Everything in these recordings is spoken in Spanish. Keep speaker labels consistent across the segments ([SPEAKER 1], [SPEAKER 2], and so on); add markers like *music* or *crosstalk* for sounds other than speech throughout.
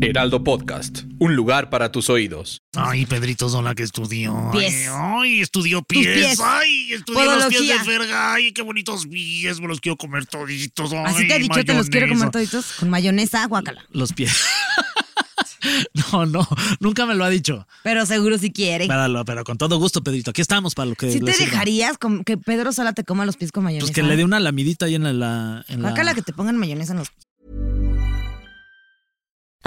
[SPEAKER 1] Heraldo Podcast, un lugar para tus oídos.
[SPEAKER 2] Ay, Pedrito Sola que estudió.
[SPEAKER 3] Pies.
[SPEAKER 2] Ay, ay, estudió pies.
[SPEAKER 3] pies.
[SPEAKER 2] Ay, estudió los pies
[SPEAKER 3] Podología.
[SPEAKER 2] de verga. Ay, qué bonitos pies. Me los quiero comer toditos. Ay,
[SPEAKER 3] Así te he dicho, te los quiero comer
[SPEAKER 2] mayonesa.
[SPEAKER 3] toditos con mayonesa, guacala.
[SPEAKER 4] los pies. *laughs* No, no, nunca me lo ha dicho.
[SPEAKER 3] Pero seguro si quieren.
[SPEAKER 4] Para lo- pero con todo gusto, Pedrito. Aquí estamos para lo que.
[SPEAKER 3] ¿Sí
[SPEAKER 4] le
[SPEAKER 3] te
[SPEAKER 4] sirva.
[SPEAKER 3] dejarías com- que Pedro Sola te coma los pies con mayonesa?
[SPEAKER 4] Pues que le dé una lamidita ahí en la- la. en la-
[SPEAKER 3] Guácala que te pongan mayonesa en los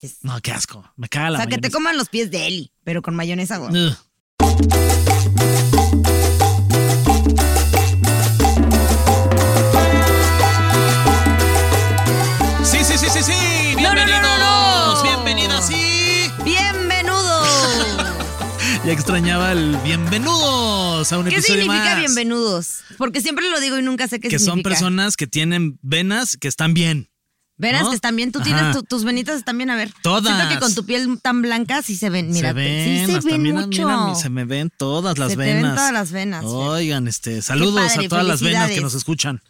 [SPEAKER 3] pies.
[SPEAKER 4] No, qué asco. Me caga
[SPEAKER 3] O
[SPEAKER 4] la
[SPEAKER 3] sea, que te
[SPEAKER 4] mayonesa.
[SPEAKER 3] coman los pies de Eli, pero con mayonesa, güey.
[SPEAKER 4] Ugh.
[SPEAKER 1] Sí, sí, sí, sí, sí.
[SPEAKER 3] No, no, no,
[SPEAKER 1] Bienvenidos,
[SPEAKER 3] no, no.
[SPEAKER 1] bienvenidas y
[SPEAKER 3] ¡Bienvenudo!
[SPEAKER 4] Ya extrañaba el bienvenidos a un
[SPEAKER 3] ¿Qué
[SPEAKER 4] episodio
[SPEAKER 3] significa
[SPEAKER 4] más.
[SPEAKER 3] bienvenudos? Porque siempre lo digo y nunca sé qué
[SPEAKER 4] Que son
[SPEAKER 3] significa.
[SPEAKER 4] personas que tienen venas que están bien.
[SPEAKER 3] Verás
[SPEAKER 4] ¿no?
[SPEAKER 3] que están bien, tú
[SPEAKER 4] Ajá.
[SPEAKER 3] tienes tu- tus venitas están bien, a ver.
[SPEAKER 4] Todas.
[SPEAKER 3] Siento que con tu piel tan blanca sí se ven, mira.
[SPEAKER 4] se ven,
[SPEAKER 3] sí se
[SPEAKER 4] hasta
[SPEAKER 3] ven
[SPEAKER 4] mira,
[SPEAKER 3] mucho.
[SPEAKER 4] mira, mi- se me ven todas las
[SPEAKER 3] Se te ven
[SPEAKER 4] venas.
[SPEAKER 3] todas las venas, Fer.
[SPEAKER 4] Oigan, este, saludos
[SPEAKER 3] padre,
[SPEAKER 4] a todas las venas que
[SPEAKER 3] felicidades.
[SPEAKER 4] nos escuchan.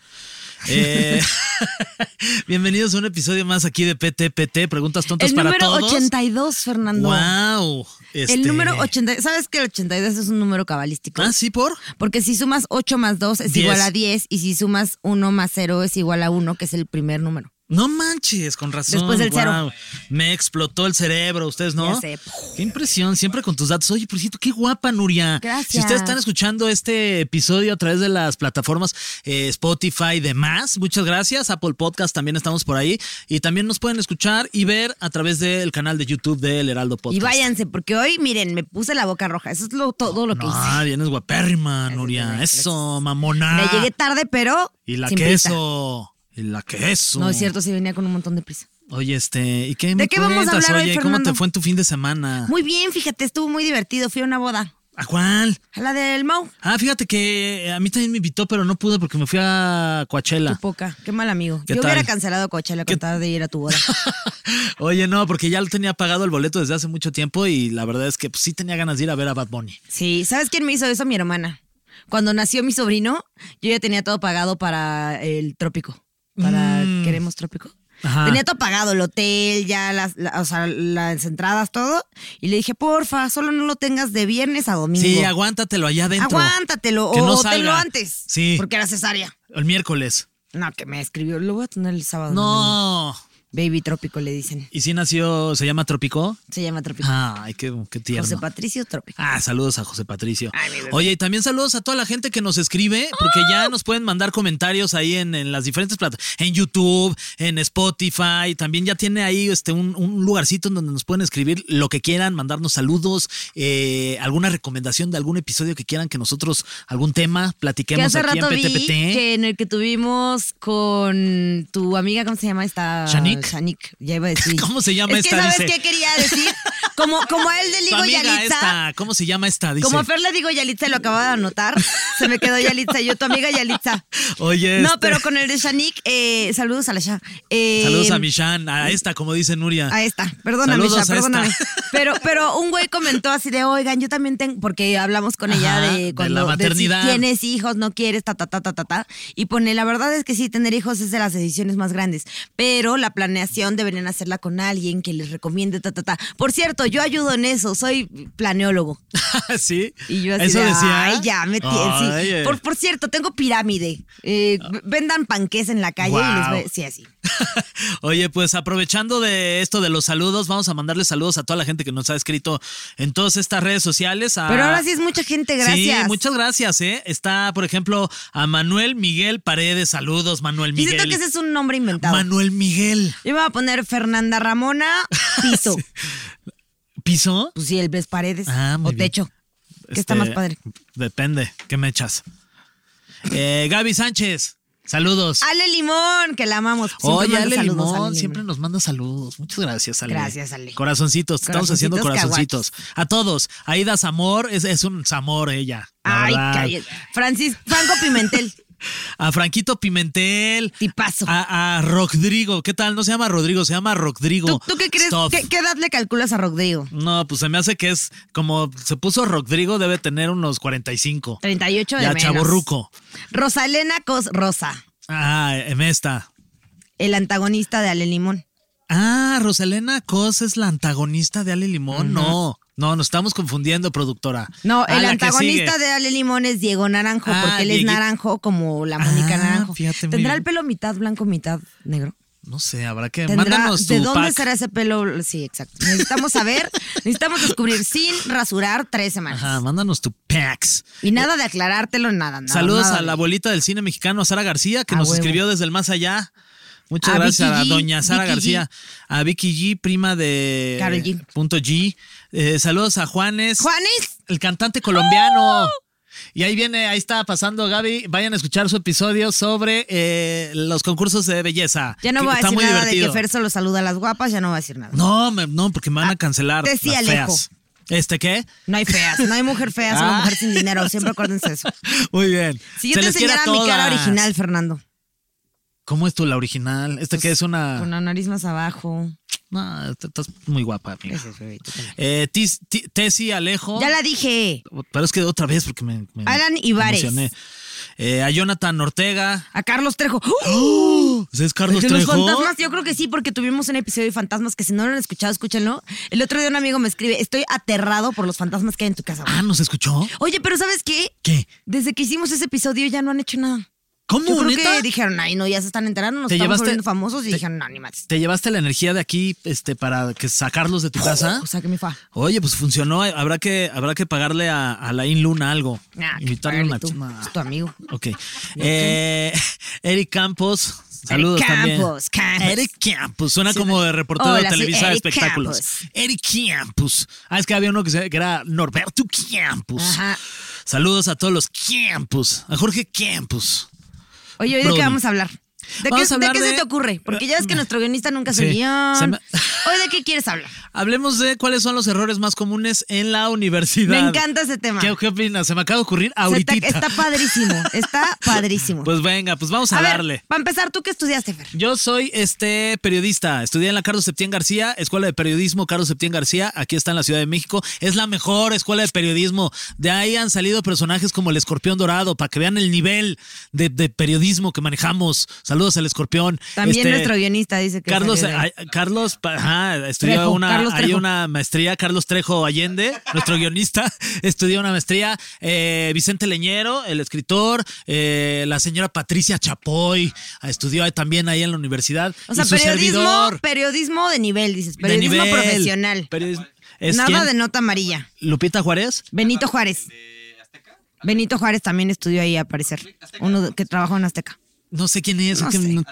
[SPEAKER 4] Eh, *laughs* bienvenidos a un episodio más aquí de PTPT, preguntas tontas
[SPEAKER 3] El
[SPEAKER 4] para
[SPEAKER 3] número
[SPEAKER 4] todos.
[SPEAKER 3] 82, Fernando.
[SPEAKER 4] Wow.
[SPEAKER 3] El número 80, ¿sabes que el 82 es un número cabalístico?
[SPEAKER 4] Este, Ah, sí, por.
[SPEAKER 3] Porque si sumas 8 más 2 es
[SPEAKER 4] Diez.
[SPEAKER 3] igual a 10 y si sumas 1 más 0 es igual a 1, que es el primer número.
[SPEAKER 4] No manches, con razón.
[SPEAKER 3] Después del cero.
[SPEAKER 4] guau. Me explotó el cerebro, ustedes no.
[SPEAKER 3] Ya sé.
[SPEAKER 4] Qué impresión, siempre con tus datos. Oye, por cierto, qué guapa, Nuria.
[SPEAKER 3] Gracias.
[SPEAKER 4] Si ustedes están escuchando este episodio a través de las plataformas eh, Spotify y demás, muchas gracias. Apple Podcast también estamos por ahí. Y también nos pueden escuchar y ver a través del canal de YouTube del Heraldo Podcast.
[SPEAKER 3] Y váyanse, porque hoy, miren, me puse la boca roja. Eso es lo, todo lo que hice.
[SPEAKER 4] Ah, vienes guapérrima, Nuria.
[SPEAKER 3] gracias.
[SPEAKER 4] Eso, mamona.
[SPEAKER 3] Me llegué tarde, pero.
[SPEAKER 4] Y la
[SPEAKER 3] sin prisa.
[SPEAKER 4] queso. Y la queso.
[SPEAKER 3] No es cierto, sí venía con un montón de prisa.
[SPEAKER 4] Oye, este, ¿y qué me
[SPEAKER 3] qué vamos a
[SPEAKER 4] cuentas?
[SPEAKER 3] hablar hoy,
[SPEAKER 4] Oye, ¿cómo te
[SPEAKER 3] Fernando?
[SPEAKER 4] fue en tu fin de semana?
[SPEAKER 3] Muy bien, fíjate, estuvo muy divertido. Fui a una boda.
[SPEAKER 4] ¿A cuál?
[SPEAKER 3] A la del Mau.
[SPEAKER 4] Ah, fíjate que a mí también me invitó, pero no pude porque me fui a Coachella.
[SPEAKER 3] Tu poca. Qué mal amigo.
[SPEAKER 4] Ah. ¿Qué
[SPEAKER 3] Yo
[SPEAKER 4] tal?
[SPEAKER 3] hubiera cancelado Coachella con tal de ir a
[SPEAKER 4] *laughs*
[SPEAKER 3] tu boda.
[SPEAKER 4] *laughs* Oye, no, porque ya lo tenía pagado el boleto desde hace mucho tiempo y la verdad es que pues, sí tenía ganas de ir a ver a Bad Bunny.
[SPEAKER 3] Sí, ¿sabes quién me hizo eso? Mi hermana. Cuando nació mi sobrino, yo ya tenía todo pagado para el trópico. Para queremos trópico.
[SPEAKER 4] Mm. Ajá.
[SPEAKER 3] Tenía todo pagado, el hotel, ya las, la- o sea, las entradas, todo. Y le dije, porfa, solo no lo tengas de viernes a domingo.
[SPEAKER 4] Sí, aguántatelo allá adentro.
[SPEAKER 3] Aguántatelo,
[SPEAKER 4] Que
[SPEAKER 3] o
[SPEAKER 4] no
[SPEAKER 3] o tenlo
[SPEAKER 4] salga.
[SPEAKER 3] antes.
[SPEAKER 4] Sí.
[SPEAKER 3] Porque era cesárea.
[SPEAKER 4] El miércoles.
[SPEAKER 3] No, que me escribió, lo voy a tener el sábado.
[SPEAKER 4] No.
[SPEAKER 3] Baby Trópico le dicen.
[SPEAKER 4] ¿Y si nació, se llama Trópico?
[SPEAKER 3] Se llama Trópico.
[SPEAKER 4] Ay, qué, qué tierno.
[SPEAKER 3] José Patricio Trópico.
[SPEAKER 4] Ah, saludos a José Patricio.
[SPEAKER 3] Ay, mi bebé. ¡Ah!
[SPEAKER 4] Oye, y también saludos a toda la gente que nos escribe, porque ya nos pueden mandar comentarios ahí en, en las diferentes plataformas, en YouTube, en Spotify, también ya tiene ahí este un, un lugarcito en donde nos pueden escribir lo que quieran, mandarnos saludos, eh, alguna recomendación de algún episodio que quieran que nosotros, algún tema,
[SPEAKER 3] Que
[SPEAKER 4] platiquemos
[SPEAKER 3] hace
[SPEAKER 4] aquí
[SPEAKER 3] rato
[SPEAKER 4] en
[SPEAKER 3] vi
[SPEAKER 4] PTPT.
[SPEAKER 3] que en el que tuvimos con tu amiga, ¿cómo se llama esta?
[SPEAKER 4] ¿Shanique?
[SPEAKER 3] Shanique, ya iba a decir.
[SPEAKER 4] *laughs* ¿Cómo se llama
[SPEAKER 3] es
[SPEAKER 4] esta?
[SPEAKER 3] Que, ¿Sabes
[SPEAKER 4] Dice.
[SPEAKER 3] qué quería decir? Como, como a él le
[SPEAKER 4] Tu
[SPEAKER 3] digo
[SPEAKER 4] amiga
[SPEAKER 3] Yalitza.
[SPEAKER 4] esta, ¿cómo se llama esta? Dice.
[SPEAKER 3] Como a Fer le digo Yalitza y lo acababa de anotar, se me quedó Yalitza. Yo, tu amiga Yalitza.
[SPEAKER 4] Oye,
[SPEAKER 3] No,
[SPEAKER 4] *laughs* este-
[SPEAKER 3] pero con el de Shanique, eh, saludos a la Sha. Eh,
[SPEAKER 4] Saludos a Michan, a esta, como dice Nuria.
[SPEAKER 3] A esta, perdóname,
[SPEAKER 4] Saludos
[SPEAKER 3] Sha,
[SPEAKER 4] a esta.
[SPEAKER 3] perdóname. Pero, pero un güey comentó así de, oigan, yo también tengo, porque hablamos con ella
[SPEAKER 4] Ajá, de
[SPEAKER 3] de cuando
[SPEAKER 4] la
[SPEAKER 3] de si
[SPEAKER 4] maternidad.
[SPEAKER 3] tienes hijos, no quieres, ta, ta, ta, ta, ta, ta. Y pone, la verdad es que sí, tener hijos es de las decisiones más grandes, pero la planeación deberían hacerla con alguien que les recomiende, ta, ta, ta. Por cierto, yo ayudo en eso, soy planeólogo.
[SPEAKER 4] *laughs* sí.
[SPEAKER 3] Y yo así
[SPEAKER 4] Eso
[SPEAKER 3] de,
[SPEAKER 4] decía.
[SPEAKER 3] ay, ya, me tie- sí.
[SPEAKER 4] Ay, eh. Ah.
[SPEAKER 3] Por, por cierto, tengo pirámide. Eh, vendan panques en la calle y les
[SPEAKER 4] Guau.
[SPEAKER 3] ve- sí, así.
[SPEAKER 4] *laughs* Oye, pues aprovechando de esto de los saludos, vamos a mandarle saludos a toda la gente que nos ha escrito en todas estas redes sociales. a-
[SPEAKER 3] Pero ahora sí es mucha gente, gracias.
[SPEAKER 4] Ah. Sí, muchas gracias, ¿eh? Está, por ejemplo, a Manuel Miguel Paredes. Saludos, Manuel
[SPEAKER 3] Y siento
[SPEAKER 4] Miguel.
[SPEAKER 3] que ese es un nombre inventado.
[SPEAKER 4] Manuel Miguel.
[SPEAKER 3] Yo me voy a poner Fernanda Ramona
[SPEAKER 4] *laughs*
[SPEAKER 3] Piso.
[SPEAKER 4] ¿Piso?
[SPEAKER 3] Pues sí, el ves paredes
[SPEAKER 4] Ah, muy
[SPEAKER 3] o
[SPEAKER 4] bien.
[SPEAKER 3] techo. Que
[SPEAKER 4] Este,
[SPEAKER 3] está más padre.
[SPEAKER 4] Depende, ¿qué me echas? Eh, Gaby Sánchez. Saludos.
[SPEAKER 3] Ale Limón, que la amamos. Siempre
[SPEAKER 4] Oye,
[SPEAKER 3] manda
[SPEAKER 4] Ale
[SPEAKER 3] saludos,
[SPEAKER 4] Limón, siempre nos manda saludos. Muchas gracias, Ale.
[SPEAKER 3] Gracias, Ale.
[SPEAKER 4] Corazoncitos, te estamos haciendo
[SPEAKER 3] Corazoncitos
[SPEAKER 4] corazoncitos. A todos. Aida Zamor, es, es un Zamor ella. la
[SPEAKER 3] Ay,
[SPEAKER 4] verdad.
[SPEAKER 3] cállate. Francis, Franco Pimentel, *laughs*
[SPEAKER 4] A Franquito Pimentel.
[SPEAKER 3] tipazo.
[SPEAKER 4] A, a Rodrigo. ¿Qué tal? No se llama Rodrigo, se llama Rodrigo.
[SPEAKER 3] ¿Tú, tú qué crees?
[SPEAKER 4] Stuff.
[SPEAKER 3] ¿Qué, qué edad le calculas a Rodrigo?
[SPEAKER 4] No, pues se me hace que es como se puso Rodrigo, debe tener unos 45.
[SPEAKER 3] 38 de
[SPEAKER 4] Ya,
[SPEAKER 3] menos.
[SPEAKER 4] chaborruco.
[SPEAKER 3] Rosalena Cos Rosa,
[SPEAKER 4] Ah, en esta.
[SPEAKER 3] el antagonista de Ale Limón.
[SPEAKER 4] Ah, Rosalena Cos es la antagonista de Ale Limón. No, no, nos estamos confundiendo, productora.
[SPEAKER 3] No,
[SPEAKER 4] Ah,
[SPEAKER 3] el
[SPEAKER 4] la que
[SPEAKER 3] antagonista
[SPEAKER 4] sigue.
[SPEAKER 3] de Ale Limón es Diego Naranjo,
[SPEAKER 4] Ah,
[SPEAKER 3] porque él es
[SPEAKER 4] Dieguito.
[SPEAKER 3] naranjo como la Mónica
[SPEAKER 4] Ah,
[SPEAKER 3] Naranjo.
[SPEAKER 4] fíjate, muy
[SPEAKER 3] ¿Tendrá
[SPEAKER 4] bien.
[SPEAKER 3] el pelo mitad blanco, mitad negro?
[SPEAKER 4] No sé, habrá que.
[SPEAKER 3] ¿Tendrá,
[SPEAKER 4] Eh, Mándanos tu
[SPEAKER 3] ¿De dónde
[SPEAKER 4] pack.
[SPEAKER 3] será ese pelo? Sí, exacto. Necesitamos
[SPEAKER 4] *laughs*
[SPEAKER 3] saber, necesitamos descubrir sin rasurar tres semanas.
[SPEAKER 4] Ajá, mándanos tu packs.
[SPEAKER 3] Y nada de aclarártelo, nada, nada.
[SPEAKER 4] Saludos
[SPEAKER 3] nada
[SPEAKER 4] a la
[SPEAKER 3] de-
[SPEAKER 4] abuelita del cine mexicano, a Sara García, que
[SPEAKER 3] A
[SPEAKER 4] nos
[SPEAKER 3] huevo.
[SPEAKER 4] escribió desde el más allá. Muchas
[SPEAKER 3] A
[SPEAKER 4] gracias
[SPEAKER 3] Vicky
[SPEAKER 4] a
[SPEAKER 3] G,
[SPEAKER 4] doña Sara
[SPEAKER 3] Vicky
[SPEAKER 4] García, a Vicky G, prima de
[SPEAKER 3] Karol G.
[SPEAKER 4] Punto G. Eh, saludos a Juanes,
[SPEAKER 3] ¡Juanes!
[SPEAKER 4] el cantante
[SPEAKER 3] ¡Ah!
[SPEAKER 4] colombiano. Y ahí viene, ahí está pasando Gaby. Vayan a escuchar su episodio sobre eh, los concursos de belleza.
[SPEAKER 3] Ya no
[SPEAKER 4] que
[SPEAKER 3] voy a
[SPEAKER 4] está
[SPEAKER 3] decir
[SPEAKER 4] muy
[SPEAKER 3] nada de
[SPEAKER 4] divertido.
[SPEAKER 3] que Fer solo saluda a las guapas, ya no voy a decir nada. No,
[SPEAKER 4] No, me- no, porque me van a cancelar.
[SPEAKER 3] te sí,
[SPEAKER 4] las
[SPEAKER 3] Alejo.
[SPEAKER 4] feas. ¿Este qué? *laughs*
[SPEAKER 3] hay feas, no hay mujer fea, solo
[SPEAKER 4] Ah.
[SPEAKER 3] mujer sin dinero, siempre acuérdense
[SPEAKER 4] *laughs*
[SPEAKER 3] de eso.
[SPEAKER 4] Muy bien.
[SPEAKER 3] Si yo
[SPEAKER 4] Se
[SPEAKER 3] te
[SPEAKER 4] les quiere a
[SPEAKER 3] enseñara mi cara
[SPEAKER 4] todas.
[SPEAKER 3] original, Fernando.
[SPEAKER 4] ¿Cómo es tu la original? ¿Este
[SPEAKER 3] Pues,
[SPEAKER 4] qué es una.?
[SPEAKER 3] Con la nariz más abajo.
[SPEAKER 4] No, est- estás muy guapa, amiga.
[SPEAKER 3] Gracias, bebé, tú también.
[SPEAKER 4] Eh, Tis- Ti- Tessy Alejo.
[SPEAKER 3] Ya la dije.
[SPEAKER 4] Pero es que otra vez porque me. me
[SPEAKER 3] Alan Ibares.
[SPEAKER 4] emocioné. Eh, a Jonathan Ortega.
[SPEAKER 3] A Carlos Trejo. ¡Uh!
[SPEAKER 4] Pues Es Carlos
[SPEAKER 3] De los
[SPEAKER 4] Trejo.
[SPEAKER 3] fantasmas, yo creo que sí, porque tuvimos un episodio de fantasmas que si no lo han escuchado, escúchenlo. El otro día un amigo me escribe, estoy aterrado por los fantasmas que hay en tu casa. güey".
[SPEAKER 4] Ah, ¿nos escuchó?
[SPEAKER 3] Oye, pero ¿sabes qué?
[SPEAKER 4] ¿Qué?
[SPEAKER 3] Desde que hicimos ese episodio ya no han hecho nada.
[SPEAKER 4] ¿Cómo,
[SPEAKER 3] Yo creo
[SPEAKER 4] neta?
[SPEAKER 3] que dijeron, ay, no, ya se están enterando, nos
[SPEAKER 4] ¿Te
[SPEAKER 3] estamos
[SPEAKER 4] llevaste-
[SPEAKER 3] volviendo famosos y
[SPEAKER 4] te-
[SPEAKER 3] dijeron, no, ni más.
[SPEAKER 4] ¿Te llevaste la energía de aquí este, para que sacarlos de tu casa?
[SPEAKER 3] Oh, O sea, que me fue.
[SPEAKER 4] Oye, pues funcionó. Habrá que, habrá que pagarle a, a Lain Luna algo.
[SPEAKER 3] Nah, Ah, que
[SPEAKER 4] Invitarle
[SPEAKER 3] págale
[SPEAKER 4] una
[SPEAKER 3] tú,
[SPEAKER 4] chuma.
[SPEAKER 3] es tu amigo.
[SPEAKER 4] Ok. Eh, *laughs* Eric Campos. Saludos
[SPEAKER 3] Eric
[SPEAKER 4] también.
[SPEAKER 3] Campos, Campos.
[SPEAKER 4] Eric Campos. Suena
[SPEAKER 3] Sí,
[SPEAKER 4] como de reportero
[SPEAKER 3] hola,
[SPEAKER 4] de
[SPEAKER 3] soy
[SPEAKER 4] Televisa de
[SPEAKER 3] Eric
[SPEAKER 4] Espectáculos.
[SPEAKER 3] Campos.
[SPEAKER 4] Eric Campos. Ah, es que había uno que, se- que era Norberto Campos.
[SPEAKER 3] Ajá.
[SPEAKER 4] Saludos a todos los Campos. A Jorge Campos.
[SPEAKER 3] Oye, ¿hoy ¿de
[SPEAKER 4] Brody.
[SPEAKER 3] qué vamos a hablar? ¿De qué,
[SPEAKER 4] Vamos a
[SPEAKER 3] de
[SPEAKER 4] hablar
[SPEAKER 3] qué se
[SPEAKER 4] de-
[SPEAKER 3] te ocurre? Porque ya ves que nuestro guionista nunca se
[SPEAKER 4] Sí,
[SPEAKER 3] guión.
[SPEAKER 4] se me-
[SPEAKER 3] ¿Hoy de qué quieres hablar?
[SPEAKER 4] Hablemos de cuáles son los errores más comunes en la universidad.
[SPEAKER 3] Me encanta ese tema.
[SPEAKER 4] ¿Qué, qué opinas? Se me acaba de ocurrir
[SPEAKER 3] Se
[SPEAKER 4] ahorita.
[SPEAKER 3] ta- Está padrísimo,
[SPEAKER 4] *laughs*
[SPEAKER 3] está padrísimo.
[SPEAKER 4] Pues venga, pues vamos a,
[SPEAKER 3] a ver,
[SPEAKER 4] darle.
[SPEAKER 3] para empezar, ¿tú qué estudiaste, Fer?
[SPEAKER 4] Yo soy este periodista, estudié en la Carlos Septién García, Escuela de Periodismo Carlos Septién García, aquí está en la Ciudad de México, es la mejor escuela de periodismo, de ahí han salido personajes como el Escorpión Dorado, para que vean el nivel de, de periodismo que manejamos. Saludos al Escorpión.
[SPEAKER 3] También
[SPEAKER 4] Este,
[SPEAKER 3] nuestro guionista dice que
[SPEAKER 4] Carlos,
[SPEAKER 3] salió de ahí.
[SPEAKER 4] ay, Carlos, pa- ajá, estudió
[SPEAKER 3] Trejo,
[SPEAKER 4] una,
[SPEAKER 3] Carlos
[SPEAKER 4] hay
[SPEAKER 3] Trejo.
[SPEAKER 4] una maestría, Carlos Trejo Allende, nuestro guionista, *laughs* estudió una maestría, eh, Vicente Leñero, el escritor, eh, la señora Patricia Chapoy, ah, estudió ahí también ahí en la universidad.
[SPEAKER 3] o sea,
[SPEAKER 4] y su
[SPEAKER 3] periodismo,
[SPEAKER 4] servidor,
[SPEAKER 3] periodismo de nivel, dices,
[SPEAKER 4] de
[SPEAKER 3] periodismo
[SPEAKER 4] nivel.
[SPEAKER 3] profesional.
[SPEAKER 4] Periodismo- ¿es
[SPEAKER 3] Nada
[SPEAKER 4] quién?
[SPEAKER 3] de nota amarilla.
[SPEAKER 4] Lupita Juárez.
[SPEAKER 3] Benito Juárez. Benito Juárez también estudió ahí, al parecer. Uno de- que trabajó en Azteca.
[SPEAKER 4] No sé quién es.
[SPEAKER 3] No
[SPEAKER 4] que-
[SPEAKER 3] sé.
[SPEAKER 4] no-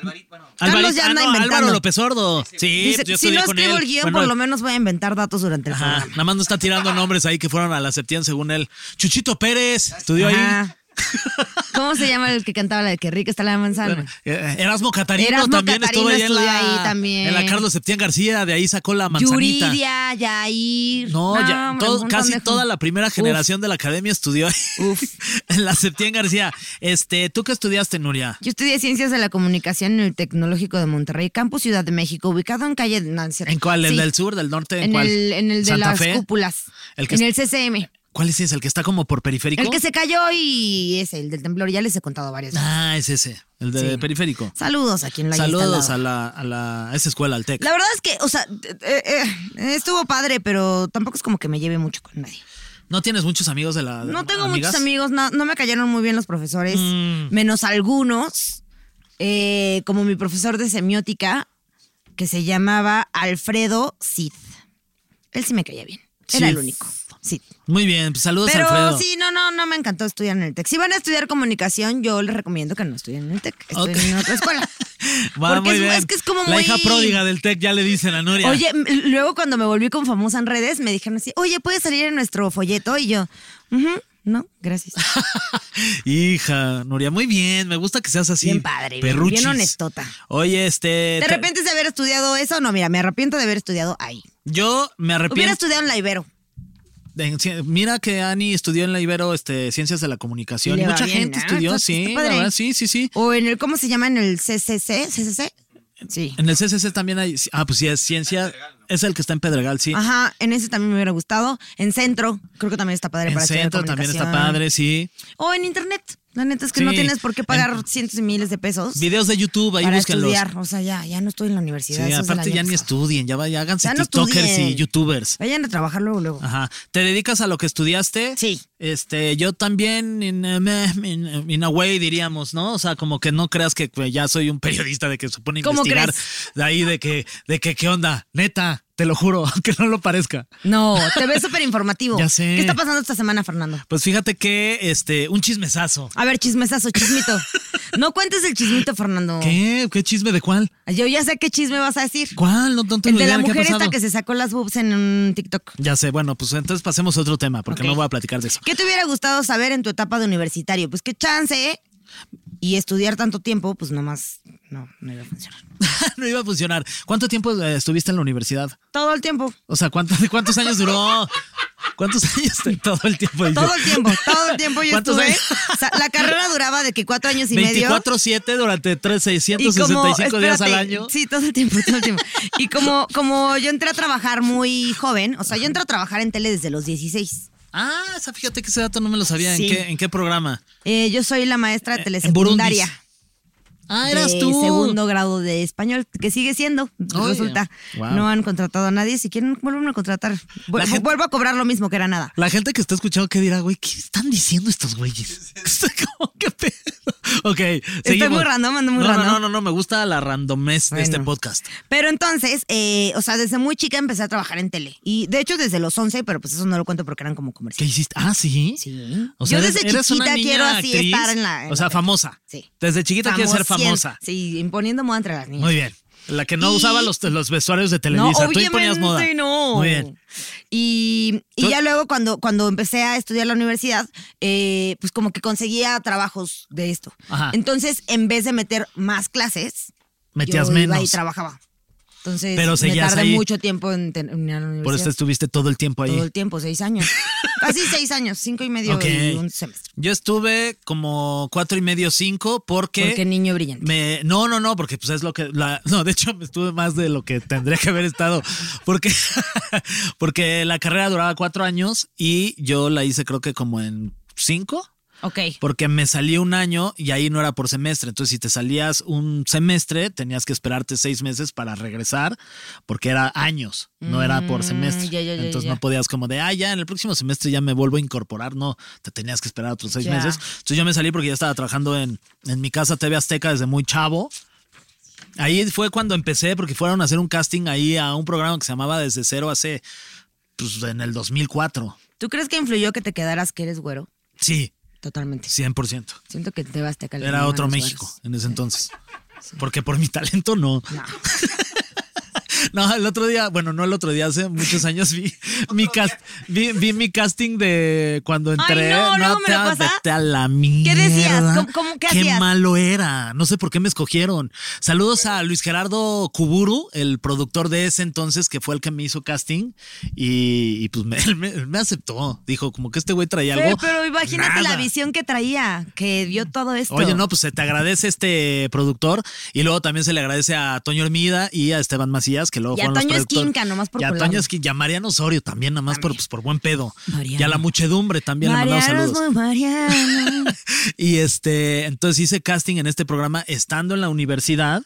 [SPEAKER 3] Carlos ya
[SPEAKER 4] ah,
[SPEAKER 3] anda
[SPEAKER 4] no, Álvaro
[SPEAKER 3] inventando.
[SPEAKER 4] López Sordo. Sí,
[SPEAKER 3] Dice,
[SPEAKER 4] pues yo
[SPEAKER 3] si
[SPEAKER 4] estudié
[SPEAKER 3] no
[SPEAKER 4] con
[SPEAKER 3] escribo
[SPEAKER 4] él.
[SPEAKER 3] el guión,
[SPEAKER 4] Bueno,
[SPEAKER 3] por lo menos voy a inventar datos durante el
[SPEAKER 4] Ajá,
[SPEAKER 3] programa.
[SPEAKER 4] nada más no está tirando nombres ahí que fueron a la Septién según él. Chuchito Pérez estudió ahí.
[SPEAKER 3] Ajá. ¿Cómo se llama el que cantaba la de que rica está la manzana?
[SPEAKER 4] Eh, *laughs* Erasmo Catarino
[SPEAKER 3] Erasmo
[SPEAKER 4] también
[SPEAKER 3] Catarino
[SPEAKER 4] estuvo ahí en,
[SPEAKER 3] estudió
[SPEAKER 4] la,
[SPEAKER 3] ahí también.
[SPEAKER 4] en la Carlos Septién García, de ahí sacó la manzanita.
[SPEAKER 3] Yuridia, Yair.
[SPEAKER 4] No, ya,
[SPEAKER 3] hombre,
[SPEAKER 4] todo-
[SPEAKER 3] un montón
[SPEAKER 4] casi
[SPEAKER 3] de-
[SPEAKER 4] toda la primera
[SPEAKER 3] Uf,
[SPEAKER 4] generación de la academia estudió ahí. *laughs* en la Septién García. Este, ¿tú qué estudiaste, Nuria?
[SPEAKER 3] Yo estudié Ciencias de la Comunicación en el Tecnológico de Monterrey, Campus Ciudad de México, ubicado en calle... no, no es cierto.
[SPEAKER 4] ¿En cuál? ¿El
[SPEAKER 3] Sí,
[SPEAKER 4] del sur, del norte? ¿En,
[SPEAKER 3] En
[SPEAKER 4] cuál?
[SPEAKER 3] el, en el de
[SPEAKER 4] ¿Santa
[SPEAKER 3] las
[SPEAKER 4] Fe?
[SPEAKER 3] cúpulas.
[SPEAKER 4] El que
[SPEAKER 3] en
[SPEAKER 4] es-
[SPEAKER 3] el CCM.
[SPEAKER 4] ¿Cuál es ese? ¿El que está como por periférico?
[SPEAKER 3] El que se cayó y es el del temblor. Ya les he contado varias veces.
[SPEAKER 4] Ah, es ese, el de
[SPEAKER 3] Sí.
[SPEAKER 4] periférico.
[SPEAKER 3] Saludos a quien la haya
[SPEAKER 4] Saludos
[SPEAKER 3] instalado.
[SPEAKER 4] a la, a la a esa escuela, al TEC.
[SPEAKER 3] La verdad es que, o sea, eh, eh, estuvo padre, pero tampoco es como que me lleve mucho con nadie.
[SPEAKER 4] ¿No tienes muchos amigos de la
[SPEAKER 3] No tengo
[SPEAKER 4] amigas? Mm.
[SPEAKER 3] muchos amigos, no, no me cayeron muy bien los profesores, menos algunos, eh, como mi profesor de semiótica, que se llamaba Alfredo Cid. Él sí me caía bien, era el
[SPEAKER 4] Cid.
[SPEAKER 3] único. Sí.
[SPEAKER 4] Muy bien, pues saludos
[SPEAKER 3] Pero
[SPEAKER 4] Alfredo.
[SPEAKER 3] sí, no, no, no me encantó estudiar en el TEC. Si van a estudiar comunicación, yo les recomiendo que no estudien en el TEC, estudien
[SPEAKER 4] Ok.
[SPEAKER 3] en otra escuela.
[SPEAKER 4] Va,
[SPEAKER 3] Porque
[SPEAKER 4] muy
[SPEAKER 3] es-
[SPEAKER 4] bien.
[SPEAKER 3] es que es como
[SPEAKER 4] La
[SPEAKER 3] muy-
[SPEAKER 4] hija pródiga del TEC *laughs* ya le dicen a Nuria.
[SPEAKER 3] Oye, m- luego cuando me volví con famosa en redes, me dijeron así, oye, ¿puedes salir en nuestro folleto? Y yo, "Ujú". No,
[SPEAKER 4] *laughs*
[SPEAKER 3] gracias.
[SPEAKER 4] Hija, Nuria, muy bien, me gusta que seas así.
[SPEAKER 3] Bien padre, bien-
[SPEAKER 4] perruchis.
[SPEAKER 3] bien honestota.
[SPEAKER 4] Oye, este.
[SPEAKER 3] ¿Te
[SPEAKER 4] te-
[SPEAKER 3] arrepientes de haber estudiado eso? No, mira, me arrepiento de haber estudiado ahí.
[SPEAKER 4] Yo me
[SPEAKER 3] Hubiera
[SPEAKER 4] arrepiento.
[SPEAKER 3] estudiado en la Ibero.
[SPEAKER 4] en ci- Mira que Ani estudió en la Ibero este, Ciencias de la Comunicación.
[SPEAKER 3] Y
[SPEAKER 4] Y
[SPEAKER 3] le va
[SPEAKER 4] mucha
[SPEAKER 3] bien,
[SPEAKER 4] gente
[SPEAKER 3] ¿no?
[SPEAKER 4] estudió,
[SPEAKER 3] Está-
[SPEAKER 4] sí,
[SPEAKER 3] está
[SPEAKER 4] la
[SPEAKER 3] padre.
[SPEAKER 4] verdad, sí, sí, sí.
[SPEAKER 3] O en el, ¿cómo se llama? En el CCC. ¿CCC? Sí.
[SPEAKER 4] En el CCC también hay. Ah, pues sí, es ciencia. Es el que está en Pedregal, sí.
[SPEAKER 3] Ajá, en ese también me hubiera gustado. En centro, creo que también está padre
[SPEAKER 4] en
[SPEAKER 3] para estudiar
[SPEAKER 4] centro también está
[SPEAKER 3] comunicación.
[SPEAKER 4] padre, sí.
[SPEAKER 3] O en internet. La neta es que no
[SPEAKER 4] Sí.
[SPEAKER 3] tienes por qué pagar
[SPEAKER 4] En-
[SPEAKER 3] cientos y miles de pesos
[SPEAKER 4] Videos de YouTube, ahí
[SPEAKER 3] para
[SPEAKER 4] búsquenlos.
[SPEAKER 3] estudiar. O sea, ya, ya no estoy en la universidad.
[SPEAKER 4] Sí,
[SPEAKER 3] eso es de la
[SPEAKER 4] aparte ya
[SPEAKER 3] vieja.
[SPEAKER 4] ni estudien, ya, va- ya háganse
[SPEAKER 3] Ya no
[SPEAKER 4] TikTokers y
[SPEAKER 3] estudien.
[SPEAKER 4] YouTubers.
[SPEAKER 3] Vayan a trabajar luego, luego.
[SPEAKER 4] Ajá. ¿Te dedicas a lo que estudiaste?
[SPEAKER 3] Sí.
[SPEAKER 4] Este, yo también, in, a me- in- in a way, diríamos, ¿no? O sea, como que no creas que pues, ya soy un *laughs* periodista de que supone
[SPEAKER 3] ¿Cómo
[SPEAKER 4] investigar de ahí de que, de que qué onda, neta, te lo juro, *laughs* aunque no lo parezca.
[SPEAKER 3] No, te ves súper
[SPEAKER 4] *laughs*
[SPEAKER 3] informativo.
[SPEAKER 4] Ya sé.
[SPEAKER 3] ¿Qué está pasando esta semana, Fernando?
[SPEAKER 4] Pues fíjate que, este, un chismesazo.
[SPEAKER 3] A ver,
[SPEAKER 4] *laughs*
[SPEAKER 3] chismesazo, chismito. No cuentes el chismito, Fernando.
[SPEAKER 4] ¿Qué? ¿Qué chisme de cuál?
[SPEAKER 3] Yo ya sé qué chisme vas a decir.
[SPEAKER 4] ¿Cuál? No, no tengo
[SPEAKER 3] El de
[SPEAKER 4] idea
[SPEAKER 3] la
[SPEAKER 4] qué ha
[SPEAKER 3] mujer esta
[SPEAKER 4] pasado.
[SPEAKER 3] que se sacó las boobs en un TikTok.
[SPEAKER 4] Ya sé, bueno, pues entonces pasemos a otro tema, porque
[SPEAKER 3] Ok.
[SPEAKER 4] no voy a platicar de eso.
[SPEAKER 3] ¿Qué te hubiera gustado saber en tu etapa de universitario? Pues qué chance, ¿eh? Y estudiar tanto tiempo, pues nomás no, no iba a funcionar.
[SPEAKER 4] *laughs* no iba a funcionar. ¿Cuánto tiempo eh, estuviste en la universidad?
[SPEAKER 3] Todo
[SPEAKER 4] *laughs*
[SPEAKER 3] el tiempo.
[SPEAKER 4] O sea, ¿cuántos, cuántos años duró? ¿Cuántos *laughs* años de todo el tiempo? Y yo,
[SPEAKER 3] Todo el tiempo, todo el tiempo yo
[SPEAKER 4] ¿Cuántos
[SPEAKER 3] estuve.
[SPEAKER 4] años?
[SPEAKER 3] O sea, la carrera duraba de que cuatro años y medio.
[SPEAKER 4] 24-7 durante 365 días al
[SPEAKER 3] espérate,
[SPEAKER 4] año.
[SPEAKER 3] Sí, todo el tiempo, todo el tiempo. Y como, como yo entré a trabajar muy joven, o sea, yo entré a trabajar en tele desde los 16.
[SPEAKER 4] Ah, esa- fíjate que ese dato no me lo sabía.
[SPEAKER 3] Sí.
[SPEAKER 4] ¿En, qué, ¿En qué programa?
[SPEAKER 3] Eh, yo soy la maestra de
[SPEAKER 4] en Burundis.
[SPEAKER 3] telesecundaria.
[SPEAKER 4] Ah, eras
[SPEAKER 3] de
[SPEAKER 4] tú.
[SPEAKER 3] segundo grado de español, que sigue siendo, resulta.
[SPEAKER 4] wow.
[SPEAKER 3] No han contratado a nadie. Si quieren, vuelvan a contratar. Vu-
[SPEAKER 4] La gente-
[SPEAKER 3] Vuelvo a cobrar lo mismo que era nada.
[SPEAKER 4] La gente que está escuchando que dirá, güey, ¿qué están diciendo estos güeyes? *laughs* ¿Cómo que pedo? Ok, seguimos.
[SPEAKER 3] muy random, ando muy
[SPEAKER 4] no,
[SPEAKER 3] random.
[SPEAKER 4] No, no, no, no, me gusta la randomez de este
[SPEAKER 3] Bueno.
[SPEAKER 4] podcast.
[SPEAKER 3] Pero entonces, eh, o sea, desde muy chica empecé a trabajar en tele. Y de hecho, desde los 11, pero pues eso no lo cuento porque eran como
[SPEAKER 4] ¿Qué
[SPEAKER 3] comerciales.
[SPEAKER 4] hiciste? Ah, sí.
[SPEAKER 3] Sí.
[SPEAKER 4] O sea,
[SPEAKER 3] Yo
[SPEAKER 4] eres-
[SPEAKER 3] desde
[SPEAKER 4] eres una
[SPEAKER 3] chiquita
[SPEAKER 4] niña
[SPEAKER 3] quiero así
[SPEAKER 4] actriz,
[SPEAKER 3] estar en la. en
[SPEAKER 4] o sea,
[SPEAKER 3] la-
[SPEAKER 4] famosa.
[SPEAKER 3] Sí.
[SPEAKER 4] Desde chiquita quieres ser
[SPEAKER 3] Famosien-
[SPEAKER 4] famosa.
[SPEAKER 3] Sí, imponiendo moda entre las niñas.
[SPEAKER 4] Muy bien. La que no
[SPEAKER 3] Y-
[SPEAKER 4] usaba los, los vestuarios de Televisa. Tú imponías moda.
[SPEAKER 3] no.
[SPEAKER 4] Muy bien.
[SPEAKER 3] Y, y
[SPEAKER 4] Tú-
[SPEAKER 3] ya luego cuando, cuando empecé a estudiar la universidad, eh, pues como que conseguía trabajos de esto.
[SPEAKER 4] Ajá.
[SPEAKER 3] Entonces, en vez de meter más clases,
[SPEAKER 4] Metías
[SPEAKER 3] yo iba y
[SPEAKER 4] menos.
[SPEAKER 3] trabajaba. Entonces,
[SPEAKER 4] Pero
[SPEAKER 3] me
[SPEAKER 4] seguías
[SPEAKER 3] tardé
[SPEAKER 4] ahí.
[SPEAKER 3] mucho tiempo en terminar la
[SPEAKER 4] Por eso
[SPEAKER 3] universidad.
[SPEAKER 4] estuviste todo el tiempo ahí.
[SPEAKER 3] Todo el tiempo,
[SPEAKER 4] *laughs*
[SPEAKER 3] seis años. Casi seis años, cinco y medio
[SPEAKER 4] Ok.
[SPEAKER 3] y un semestre.
[SPEAKER 4] Yo estuve como cuatro y medio, cinco, porque.
[SPEAKER 3] Porque niño brillante.
[SPEAKER 4] me, no, no, no, porque pues es lo que la- *laughs* no, de hecho me estuve más de lo que tendría que haber estado porque *laughs* porque la carrera duraba cuatro años y yo la hice creo que como en cinco
[SPEAKER 3] Ok.
[SPEAKER 4] Porque me salí un año y ahí no era por semestre. Entonces, si te salías un semestre, tenías que esperarte seis meses para regresar, porque era años, no era por semestre.
[SPEAKER 3] Mm, ya, ya, ya,
[SPEAKER 4] Entonces,
[SPEAKER 3] ya.
[SPEAKER 4] no podías como de, ah, ya, en el próximo semestre ya me vuelvo a incorporar. No, te tenías que esperar otros seis
[SPEAKER 3] Ya.
[SPEAKER 4] meses. Entonces, yo me salí porque ya estaba trabajando en, en mi casa TV Azteca desde muy chavo. Ahí fue cuando empecé, porque fueron a hacer un casting ahí a un programa que se llamaba Desde Cero hace, pues, en el 2004.
[SPEAKER 3] ¿Tú crees que influyó que te quedaras que eres güero?
[SPEAKER 4] Sí,
[SPEAKER 3] Totalmente.
[SPEAKER 4] 100%.
[SPEAKER 3] Siento que te vas a calmar.
[SPEAKER 4] Era otro México en ese entonces. Porque por mi talento no. *laughs* No, el otro día, bueno, no el otro día, hace muchos años vi mi cast, vi, vi mi casting de cuando entré.
[SPEAKER 3] no, luego me lo
[SPEAKER 4] te-
[SPEAKER 3] pasa.
[SPEAKER 4] vete a la mierda.
[SPEAKER 3] decías? ¿Cómo- cómo- qué hacías?
[SPEAKER 4] malo era. No sé por qué me escogieron. Saludos a Luis Gerardo Kuburu, el productor de ese entonces, que fue el que me hizo casting. Y, y pues me, *laughs* él me, él me aceptó. Dijo, como que este güey traía algo.
[SPEAKER 3] *laughs* pero imagínate la
[SPEAKER 4] Nada.
[SPEAKER 3] visión que traía, que vio todo esto.
[SPEAKER 4] Oye, no, pues se te agradece este productor y luego también se le agradece a Toño Hermida y a Esteban Macías, que luego
[SPEAKER 3] Y a
[SPEAKER 4] fueron los
[SPEAKER 3] Toño
[SPEAKER 4] productores.
[SPEAKER 3] Esquinca, nomás por
[SPEAKER 4] Y a
[SPEAKER 3] colarlo.
[SPEAKER 4] Toño Esquinca, y a Mariano Osorio también, nada más por, pues, por buen pedo.
[SPEAKER 3] Mariano.
[SPEAKER 4] Y a la muchedumbre también le
[SPEAKER 3] Mariano
[SPEAKER 4] mandamos
[SPEAKER 3] es
[SPEAKER 4] saludos.
[SPEAKER 3] muy
[SPEAKER 4] *laughs*
[SPEAKER 3] Mariano.
[SPEAKER 4] Y este, entonces hice casting en este programa estando en la universidad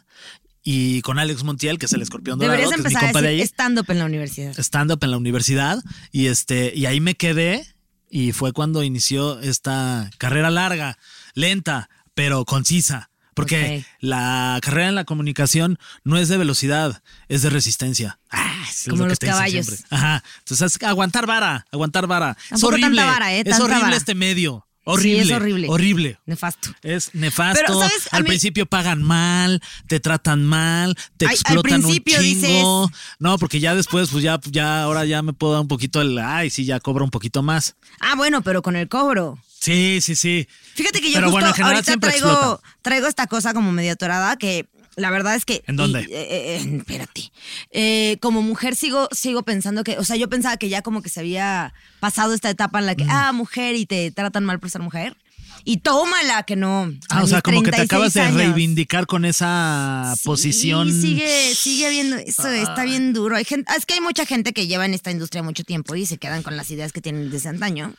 [SPEAKER 4] y con Alex Montiel, que es el escorpión dorado,
[SPEAKER 3] Deberías
[SPEAKER 4] que es mi
[SPEAKER 3] empezar a
[SPEAKER 4] compa de ahí
[SPEAKER 3] decir stand-up en la universidad.
[SPEAKER 4] stand-up en la universidad y este y ahí me quedé y fue cuando inició esta carrera larga, lenta, pero concisa. Porque
[SPEAKER 3] Ok.
[SPEAKER 4] la carrera en la comunicación no es de velocidad, es de resistencia. Ah, eso es
[SPEAKER 3] Como
[SPEAKER 4] lo que
[SPEAKER 3] los
[SPEAKER 4] te dicen
[SPEAKER 3] caballos.
[SPEAKER 4] siempre. Ajá. Entonces, es aguantar vara, aguantar vara. Es
[SPEAKER 3] Tampoco
[SPEAKER 4] horrible.
[SPEAKER 3] tanta vara, ¿eh?
[SPEAKER 4] es
[SPEAKER 3] Tanta
[SPEAKER 4] horrible
[SPEAKER 3] vara.
[SPEAKER 4] este medio. Horrible.
[SPEAKER 3] Sí, es horrible.
[SPEAKER 4] Horrible.
[SPEAKER 3] Nefasto.
[SPEAKER 4] Es nefasto.
[SPEAKER 3] Pero, ¿sabes? A
[SPEAKER 4] Al
[SPEAKER 3] mí-
[SPEAKER 4] principio pagan mal, te tratan mal, te
[SPEAKER 3] Ay, al
[SPEAKER 4] explotan
[SPEAKER 3] principio
[SPEAKER 4] un chingo.
[SPEAKER 3] dices-
[SPEAKER 4] No, porque ya después, pues ya, ya, ahora ya me puedo dar un poquito el. Ay, sí, ya cobro un poquito más.
[SPEAKER 3] Ah, bueno, pero con el cobro.
[SPEAKER 4] Sí, sí, sí.
[SPEAKER 3] Fíjate que yo
[SPEAKER 4] Pero
[SPEAKER 3] justo
[SPEAKER 4] bueno, en general
[SPEAKER 3] ahorita
[SPEAKER 4] siempre
[SPEAKER 3] traigo,
[SPEAKER 4] explota.
[SPEAKER 3] traigo esta cosa como medio atorada que la verdad es que...
[SPEAKER 4] ¿En dónde?
[SPEAKER 3] y, eh, eh, espérate. Eh, como mujer sigo, sigo pensando que... O sea, yo pensaba que ya como que se había pasado esta etapa en la que,
[SPEAKER 4] Mm.
[SPEAKER 3] ah, mujer y te tratan mal por ser mujer. Y tómala, que no.
[SPEAKER 4] Ah,
[SPEAKER 3] A
[SPEAKER 4] o sea,
[SPEAKER 3] mis
[SPEAKER 4] como que te
[SPEAKER 3] 36
[SPEAKER 4] acabas de
[SPEAKER 3] años.
[SPEAKER 4] reivindicar con esa
[SPEAKER 3] Sí,
[SPEAKER 4] Ah, posición. Ah.
[SPEAKER 3] sigue, sigue habiendo eso, está bien duro. Hay gente, es que hay mucha gente que lleva en esta industria mucho tiempo y se quedan con las ideas que tienen desde antaño.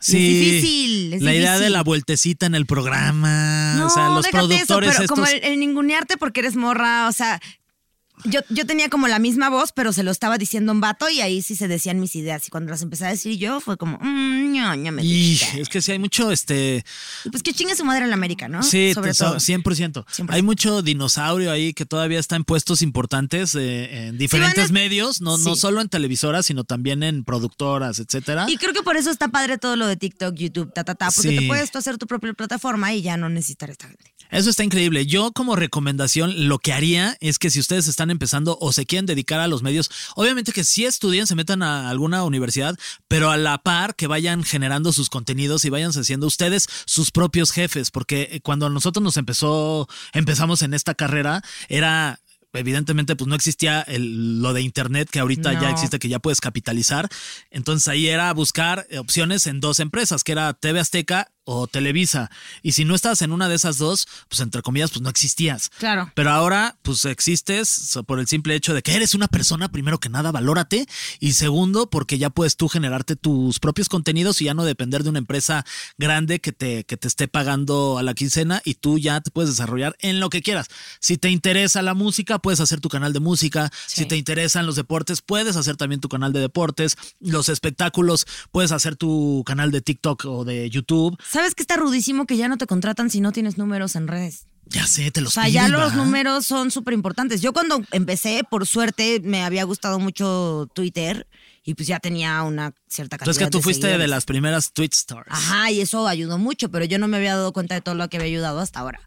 [SPEAKER 3] es difícil, es
[SPEAKER 4] la idea
[SPEAKER 3] difícil.
[SPEAKER 4] de la vueltecita en el programa. o sea, los
[SPEAKER 3] déjate
[SPEAKER 4] productores
[SPEAKER 3] eso, pero como
[SPEAKER 4] estos.
[SPEAKER 3] el, el ningunearte porque eres morra, o sea, yo, yo tenía como la misma voz, pero se lo estaba diciendo un vato y ahí sí se decían mis ideas. Y cuando las empecé a decir yo, fue como, mmm, ño, ño, me
[SPEAKER 4] Y
[SPEAKER 3] gusta".
[SPEAKER 4] es que sí hay mucho, este,
[SPEAKER 3] Y pues que chingue su madre en la América, ¿no?
[SPEAKER 4] sí,
[SPEAKER 3] Sobre
[SPEAKER 4] te- so-
[SPEAKER 3] todo.
[SPEAKER 4] 100%.
[SPEAKER 3] 100%.
[SPEAKER 4] Hay mucho dinosaurio ahí que todavía está en puestos importantes eh, en diferentes
[SPEAKER 3] van a-
[SPEAKER 4] medios, no, no
[SPEAKER 3] Sí.
[SPEAKER 4] solo en televisoras, sino también en productoras, etcétera.
[SPEAKER 3] Y creo que por eso está padre todo lo de TikTok, YouTube, ta, ta, ta, porque
[SPEAKER 4] Ah. Sí.
[SPEAKER 3] te puedes tú hacer tu propia plataforma y ya no necesitar esta gente.
[SPEAKER 4] Eso está increíble. Yo como recomendación lo que haría es que si ustedes están empezando o se quieren dedicar a los medios, obviamente que si estudien, se metan a alguna universidad, pero a la par que vayan generando sus contenidos y vayan haciendo ustedes sus propios jefes, porque eh, cuando nosotros nos empezó, empezamos en esta carrera, era... Evidentemente, pues no existía el- lo de Internet que ahorita
[SPEAKER 3] No.
[SPEAKER 4] ya existe, que ya puedes capitalizar. Entonces ahí era buscar eh, opciones en dos empresas, que era TV Azteca o Televisa. Y si no estabas en una de esas dos, pues entre comillas, pues no existías.
[SPEAKER 3] Claro.
[SPEAKER 4] Pero ahora, pues existes so- por el simple hecho de que eres una persona, primero que nada, valórate. Y segundo, porque ya puedes tú generarte tus propios contenidos y ya no depender de una empresa grande que te, que te esté pagando a la quincena y tú ya te puedes desarrollar en lo que quieras. Si te interesa la música, puedes hacer tu canal de música.
[SPEAKER 3] Sí.
[SPEAKER 4] Si te interesan los deportes, puedes hacer también tu canal de deportes. Los espectáculos, puedes hacer tu canal de TikTok o de YouTube.
[SPEAKER 3] ¿Sabes que está rudísimo que ya no te contratan si no tienes números en redes?
[SPEAKER 4] Ya sé, te los
[SPEAKER 3] O sea,
[SPEAKER 4] piden,
[SPEAKER 3] ya los
[SPEAKER 4] ¿verdad?
[SPEAKER 3] números son súper importantes. Yo cuando empecé, por suerte, me había gustado mucho Twitter y pues ya tenía una cierta cantidad
[SPEAKER 4] Entonces que tú
[SPEAKER 3] de
[SPEAKER 4] fuiste de
[SPEAKER 3] seguidores.
[SPEAKER 4] las primeras Twitch stars.
[SPEAKER 3] Ajá, y eso ayudó mucho, pero yo no me había dado cuenta de todo lo que había ayudado hasta ahora.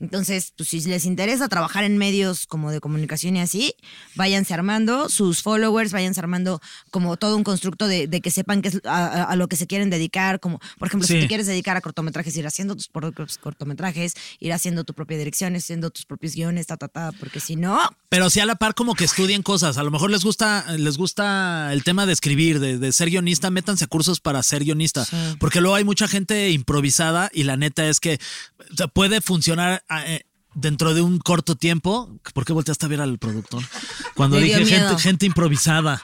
[SPEAKER 3] Entonces, pues si les interesa trabajar en medios como de comunicación y así, váyanse armando sus followers, váyanse armando como todo un constructo de, de que sepan que es a, a- a lo que se quieren dedicar, como por ejemplo, si
[SPEAKER 4] Sí.
[SPEAKER 3] te quieres dedicar a cortometrajes, ir haciendo tus propios cortometrajes, ir haciendo tu propia dirección, haciendo tus propios guiones, ta, ta, ta, porque si no,
[SPEAKER 4] Pero sí a la par como que estudien cosas. A lo mejor les gusta, les gusta el tema de escribir, de, de ser guionista, métanse a cursos para ser guionista. Porque luego hay mucha gente improvisada y la neta es que o sea, puede funcionar eh, dentro de un corto tiempo. ¿Por qué volteaste a ver al productor? Cuando
[SPEAKER 3] Me dio
[SPEAKER 4] dije
[SPEAKER 3] miedo.
[SPEAKER 4] gente, gente improvisada.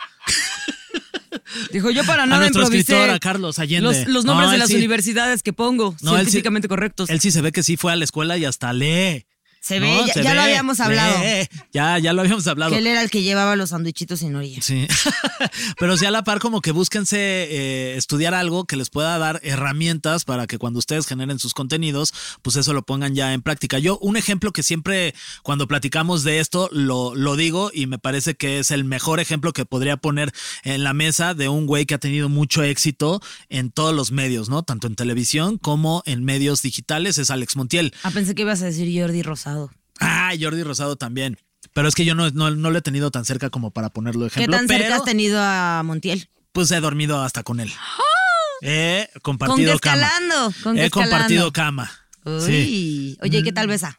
[SPEAKER 3] *laughs* dijo yo para
[SPEAKER 4] nada nuestro improvisé escritor, a Carlos Allende. los- los No, nombres de él las sí.
[SPEAKER 3] universidades que pongo,
[SPEAKER 4] No, él sí- científicamente
[SPEAKER 3] correctos.
[SPEAKER 4] Él sí se ve que sí fue a la escuela y hasta lee.
[SPEAKER 3] Se
[SPEAKER 4] ¿no?
[SPEAKER 3] ve, ya,
[SPEAKER 4] Se
[SPEAKER 3] ya lo
[SPEAKER 4] ve,
[SPEAKER 3] habíamos hablado.
[SPEAKER 4] lee. Ya, ya lo habíamos hablado.
[SPEAKER 3] Que él era el que llevaba los sandwichitos sin orilla.
[SPEAKER 4] Sí, *laughs* pero sí a la par como que búsquense eh, estudiar algo que les pueda dar herramientas para que cuando ustedes generen sus contenidos, pues eso lo pongan ya en práctica. Yo un ejemplo que siempre cuando platicamos de esto lo, lo digo y me parece que es el mejor ejemplo que podría poner en la mesa de un güey que ha tenido mucho éxito en todos los medios, ¿no? Tanto en televisión como en medios digitales, es Alex Montiel.
[SPEAKER 3] Ah, pensé que ibas a decir Jordi Rosado.
[SPEAKER 4] Ah, Jordi Rosado también. Pero es que yo no, no, no lo he tenido tan cerca como para ponerlo de
[SPEAKER 3] ¿Qué
[SPEAKER 4] ejemplo.
[SPEAKER 3] tan cerca
[SPEAKER 4] pero-
[SPEAKER 3] has tenido a Montiel?
[SPEAKER 4] pues he dormido hasta con él. He
[SPEAKER 3] ¡Ah! Con que
[SPEAKER 4] compartido cama.
[SPEAKER 3] escalando. Con que
[SPEAKER 4] He
[SPEAKER 3] escalando.
[SPEAKER 4] compartido cama. Sí. Mm,
[SPEAKER 3] Uy. Oye, ¿qué tal besa?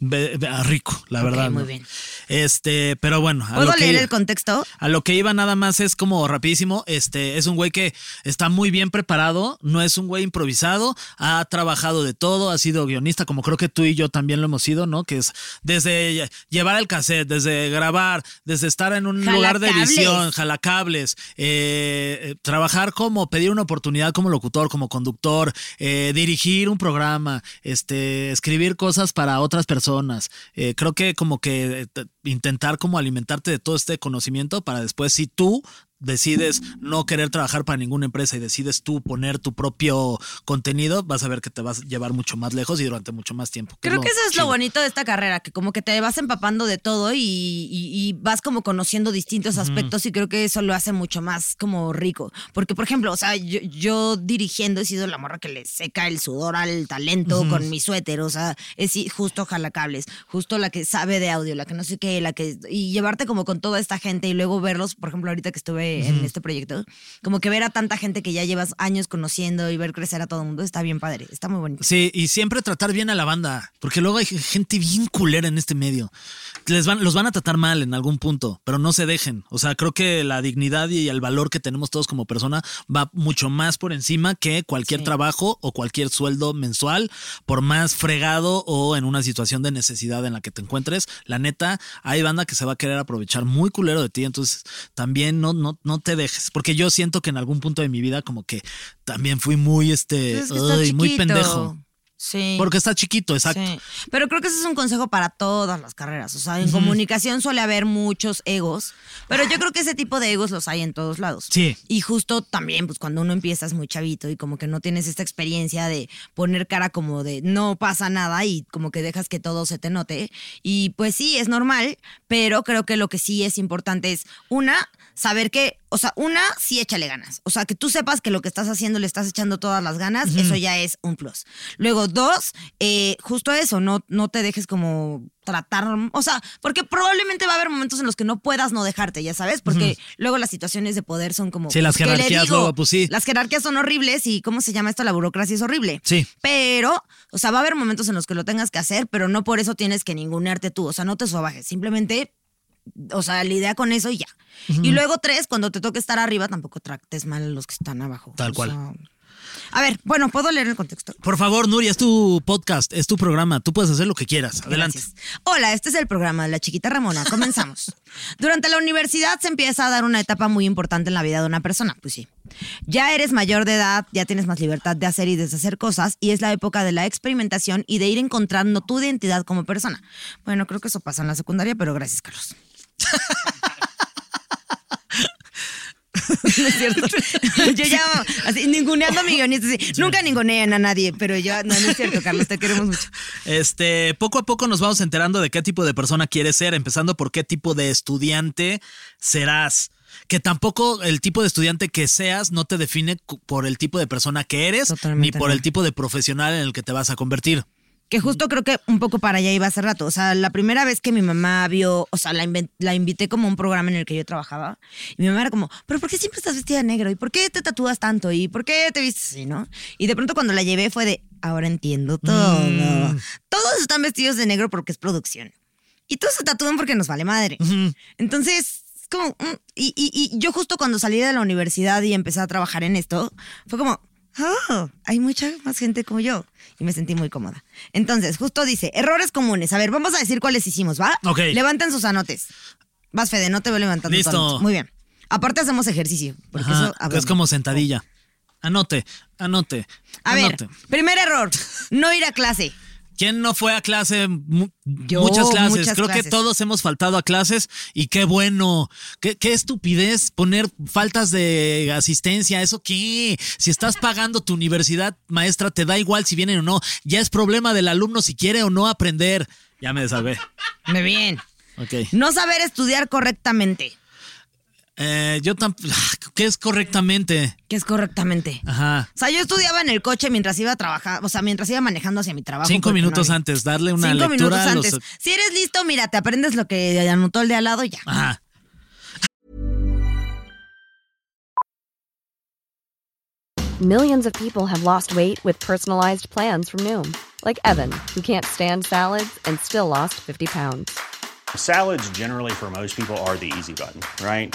[SPEAKER 4] Be- be- ah, rico, la verdad.
[SPEAKER 3] muy
[SPEAKER 4] ¿no?
[SPEAKER 3] bien.
[SPEAKER 4] Este, pero bueno. a
[SPEAKER 3] ¿Puedo
[SPEAKER 4] lo que
[SPEAKER 3] leer
[SPEAKER 4] iba-
[SPEAKER 3] el contexto?
[SPEAKER 4] a lo que iba nada más es como rapidísimo, este es un güey que está muy bien preparado, no es un güey improvisado, ha trabajado de todo, ha sido guionista, como creo que tú y yo también lo hemos sido, ¿no? Que es desde lle- llevar el cassette, desde grabar, desde estar en un lugar de
[SPEAKER 3] Jalacables.
[SPEAKER 4] edición, jalacables, eh, eh, trabajar como pedir una oportunidad como locutor, como conductor, eh, dirigir un programa, este, escribir cosas para otras personas. Eh, creo que como que eh, t- intentar como alimentarte de todo este conocimiento para después si tú decides no querer trabajar para ninguna empresa y decides tú poner tu propio contenido, vas a ver que te vas a llevar mucho más lejos y durante mucho más tiempo.
[SPEAKER 3] Creo que eso es lo
[SPEAKER 4] chido.
[SPEAKER 3] bonito de esta carrera, que como que te vas empapando de todo y, y- y vas como conociendo distintos aspectos y creo que eso lo hace mucho más como rico. Porque, por ejemplo, o sea, yo, yo dirigiendo he sido la morra que le seca el sudor al talento con mi suéter, o sea, es i- justo jalacables, justo la que sabe de audio, la que no sé qué, la que... Y llevarte como con toda esta gente y luego verlos, por ejemplo, ahorita que estuve en este proyecto, como que ver a tanta gente que ya llevas años conociendo y ver crecer a todo el mundo está bien padre, está muy bonito.
[SPEAKER 4] Sí, y siempre tratar bien a la banda, porque luego hay gente bien culera en este medio. Les van, los van a tratar mal en algún punto, pero no se dejen. O sea, creo que la dignidad y el valor que tenemos todos como persona va mucho más por encima que cualquier trabajo o cualquier sueldo mensual, por más fregado o en una situación de necesidad en la que te encuentres. La neta, hay banda que se va a querer aprovechar muy culero de ti, entonces también no, no, no te dejes, porque yo siento que en algún punto de mi vida como que también fui muy este,
[SPEAKER 3] Pues es que está
[SPEAKER 4] ay, muy
[SPEAKER 3] chiquito.
[SPEAKER 4] pendejo.
[SPEAKER 3] Sí.
[SPEAKER 4] Porque está chiquito, exacto.
[SPEAKER 3] Sí. Pero creo que ese es un consejo para todas las carreras. O sea, en comunicación suele haber muchos egos, pero yo creo que ese tipo de egos los hay en todos lados.
[SPEAKER 4] Ah. Sí.
[SPEAKER 3] Y justo también, pues cuando uno empieza es muy chavito y como que no tienes esta experiencia de poner cara como de no pasa nada y como que dejas que todo se te note. Y pues sí, es normal, pero creo que lo que sí es importante es, una, saber que, o sea, una, sí échale ganas. O sea, que tú sepas que lo que estás haciendo le estás echando todas las ganas, eso ya es un plus. Luego, dos, eh, justo eso, no, no te dejes como tratar, o sea, porque probablemente va a haber momentos en los que no puedas no dejarte, ya sabes, porque luego las situaciones de poder son como...
[SPEAKER 4] Sí, las
[SPEAKER 3] ¿qué le
[SPEAKER 4] jerarquías
[SPEAKER 3] digo?
[SPEAKER 4] luego, pues sí.
[SPEAKER 3] Las jerarquías son horribles y, ¿cómo se llama esto? La burocracia es horrible.
[SPEAKER 4] Sí.
[SPEAKER 3] Pero, o sea, va a haber momentos en los que lo tengas que hacer, pero no por eso tienes que ningunearte tú, o sea, no te sobajes, simplemente o sea, lidia con eso y ya. Y luego tres, cuando te toque estar arriba, tampoco trates mal a los que están abajo.
[SPEAKER 4] Tal cual.
[SPEAKER 3] a ver, bueno, ¿puedo leer el contexto?
[SPEAKER 4] Por favor, Nuria, es tu podcast, es tu programa, tú puedes hacer lo que quieras. Adelante.
[SPEAKER 3] Gracias. Hola, este es el programa de La Chiquita Ramona. Comenzamos. Durante la universidad se empieza a dar una etapa muy importante en la vida de una persona. Pues sí. Ya eres mayor de edad, ya tienes más libertad de hacer y deshacer cosas y es la época de la experimentación y de ir encontrando tu identidad como persona. Bueno, creo que eso pasa en la secundaria, pero gracias, Carlos. *laughs* No es cierto. Yo ya, así, ninguneando a mi guionista. así, Nunca ningunean a nadie, pero yo, no, no es cierto, Carlos, te queremos mucho.
[SPEAKER 4] Este, poco a poco nos vamos enterando de qué tipo de persona quieres ser, empezando por qué tipo de estudiante serás. Que tampoco el tipo de estudiante que seas no te define cu- por el tipo de persona que eres, ni
[SPEAKER 3] Totalmente
[SPEAKER 4] por
[SPEAKER 3] no.
[SPEAKER 4] el tipo de profesional en el que te vas a convertir.
[SPEAKER 3] Que justo creo que un poco para allá iba hace rato. O sea, la primera vez que mi mamá vio, o sea, la, inven- la invité como a un programa en el que yo trabajaba. Y mi mamá era como, ¿pero por qué siempre estás vestida de negro? ¿Y por qué te tatúas tanto? ¿Y por qué te vistes así, no? Y de pronto cuando la llevé fue de, ahora entiendo todo. Todos están vestidos de negro porque es producción. Y todos se tatúan porque nos vale madre. Entonces, es como. mm, Y, y- y yo, justo cuando salí de la universidad y empecé a trabajar en esto, fue como. Oh, hay mucha más gente como yo. Y me sentí muy cómoda. Entonces, justo dice, errores comunes. A ver, vamos a decir cuáles hicimos, ¿va?
[SPEAKER 4] Ok.
[SPEAKER 3] Levanten sus anotes. Vas, Fede, no te veo levantando. tu
[SPEAKER 4] Listo.
[SPEAKER 3] anote. Muy bien. Aparte hacemos ejercicio. Porque
[SPEAKER 4] Ajá,
[SPEAKER 3] eso
[SPEAKER 4] que es
[SPEAKER 3] abruma.
[SPEAKER 4] como sentadilla. Anote, anote,
[SPEAKER 3] A ver,
[SPEAKER 4] anote.
[SPEAKER 3] primer error, no ir a clase.
[SPEAKER 4] ¿Quién no fue a clase? Mu-
[SPEAKER 3] Yo,
[SPEAKER 4] muchas clases.
[SPEAKER 3] muchas
[SPEAKER 4] Creo que
[SPEAKER 3] clases.
[SPEAKER 4] todos hemos faltado a clases y qué bueno. Qué, qué estupidez poner faltas de asistencia. ¿Eso qué? Si
[SPEAKER 3] *laughs*
[SPEAKER 4] estás pagando tu universidad, maestra, te da igual si vienen o no. Ya es problema del alumno si quiere o no aprender. Ya me desalvé.
[SPEAKER 3] Muy bien.
[SPEAKER 4] Ok.
[SPEAKER 3] No saber estudiar correctamente.
[SPEAKER 4] Eh, yo tampoco. *sighs* ¿Qué es correctamente?
[SPEAKER 3] ¿Qué es correctamente?
[SPEAKER 4] Ajá.
[SPEAKER 3] O sea, yo estudiaba en el coche mientras iba a trabajar, o sea, mientras iba manejando hacia mi trabajo.
[SPEAKER 4] Cinco
[SPEAKER 3] porque
[SPEAKER 4] minutos
[SPEAKER 3] no había-
[SPEAKER 4] antes, darle una
[SPEAKER 3] Cinco
[SPEAKER 4] lectura
[SPEAKER 3] minutos
[SPEAKER 4] a los-
[SPEAKER 3] antes. Si eres listo, mira, te aprendes lo que anotó el de al lado y ya.
[SPEAKER 4] Ajá.
[SPEAKER 5] Millions of people have lost weight with personalized plans from Noom, like Evan, who can't stand salads and still lost 50 pounds.
[SPEAKER 6] Salads, generally, for most people, are the easy button, right?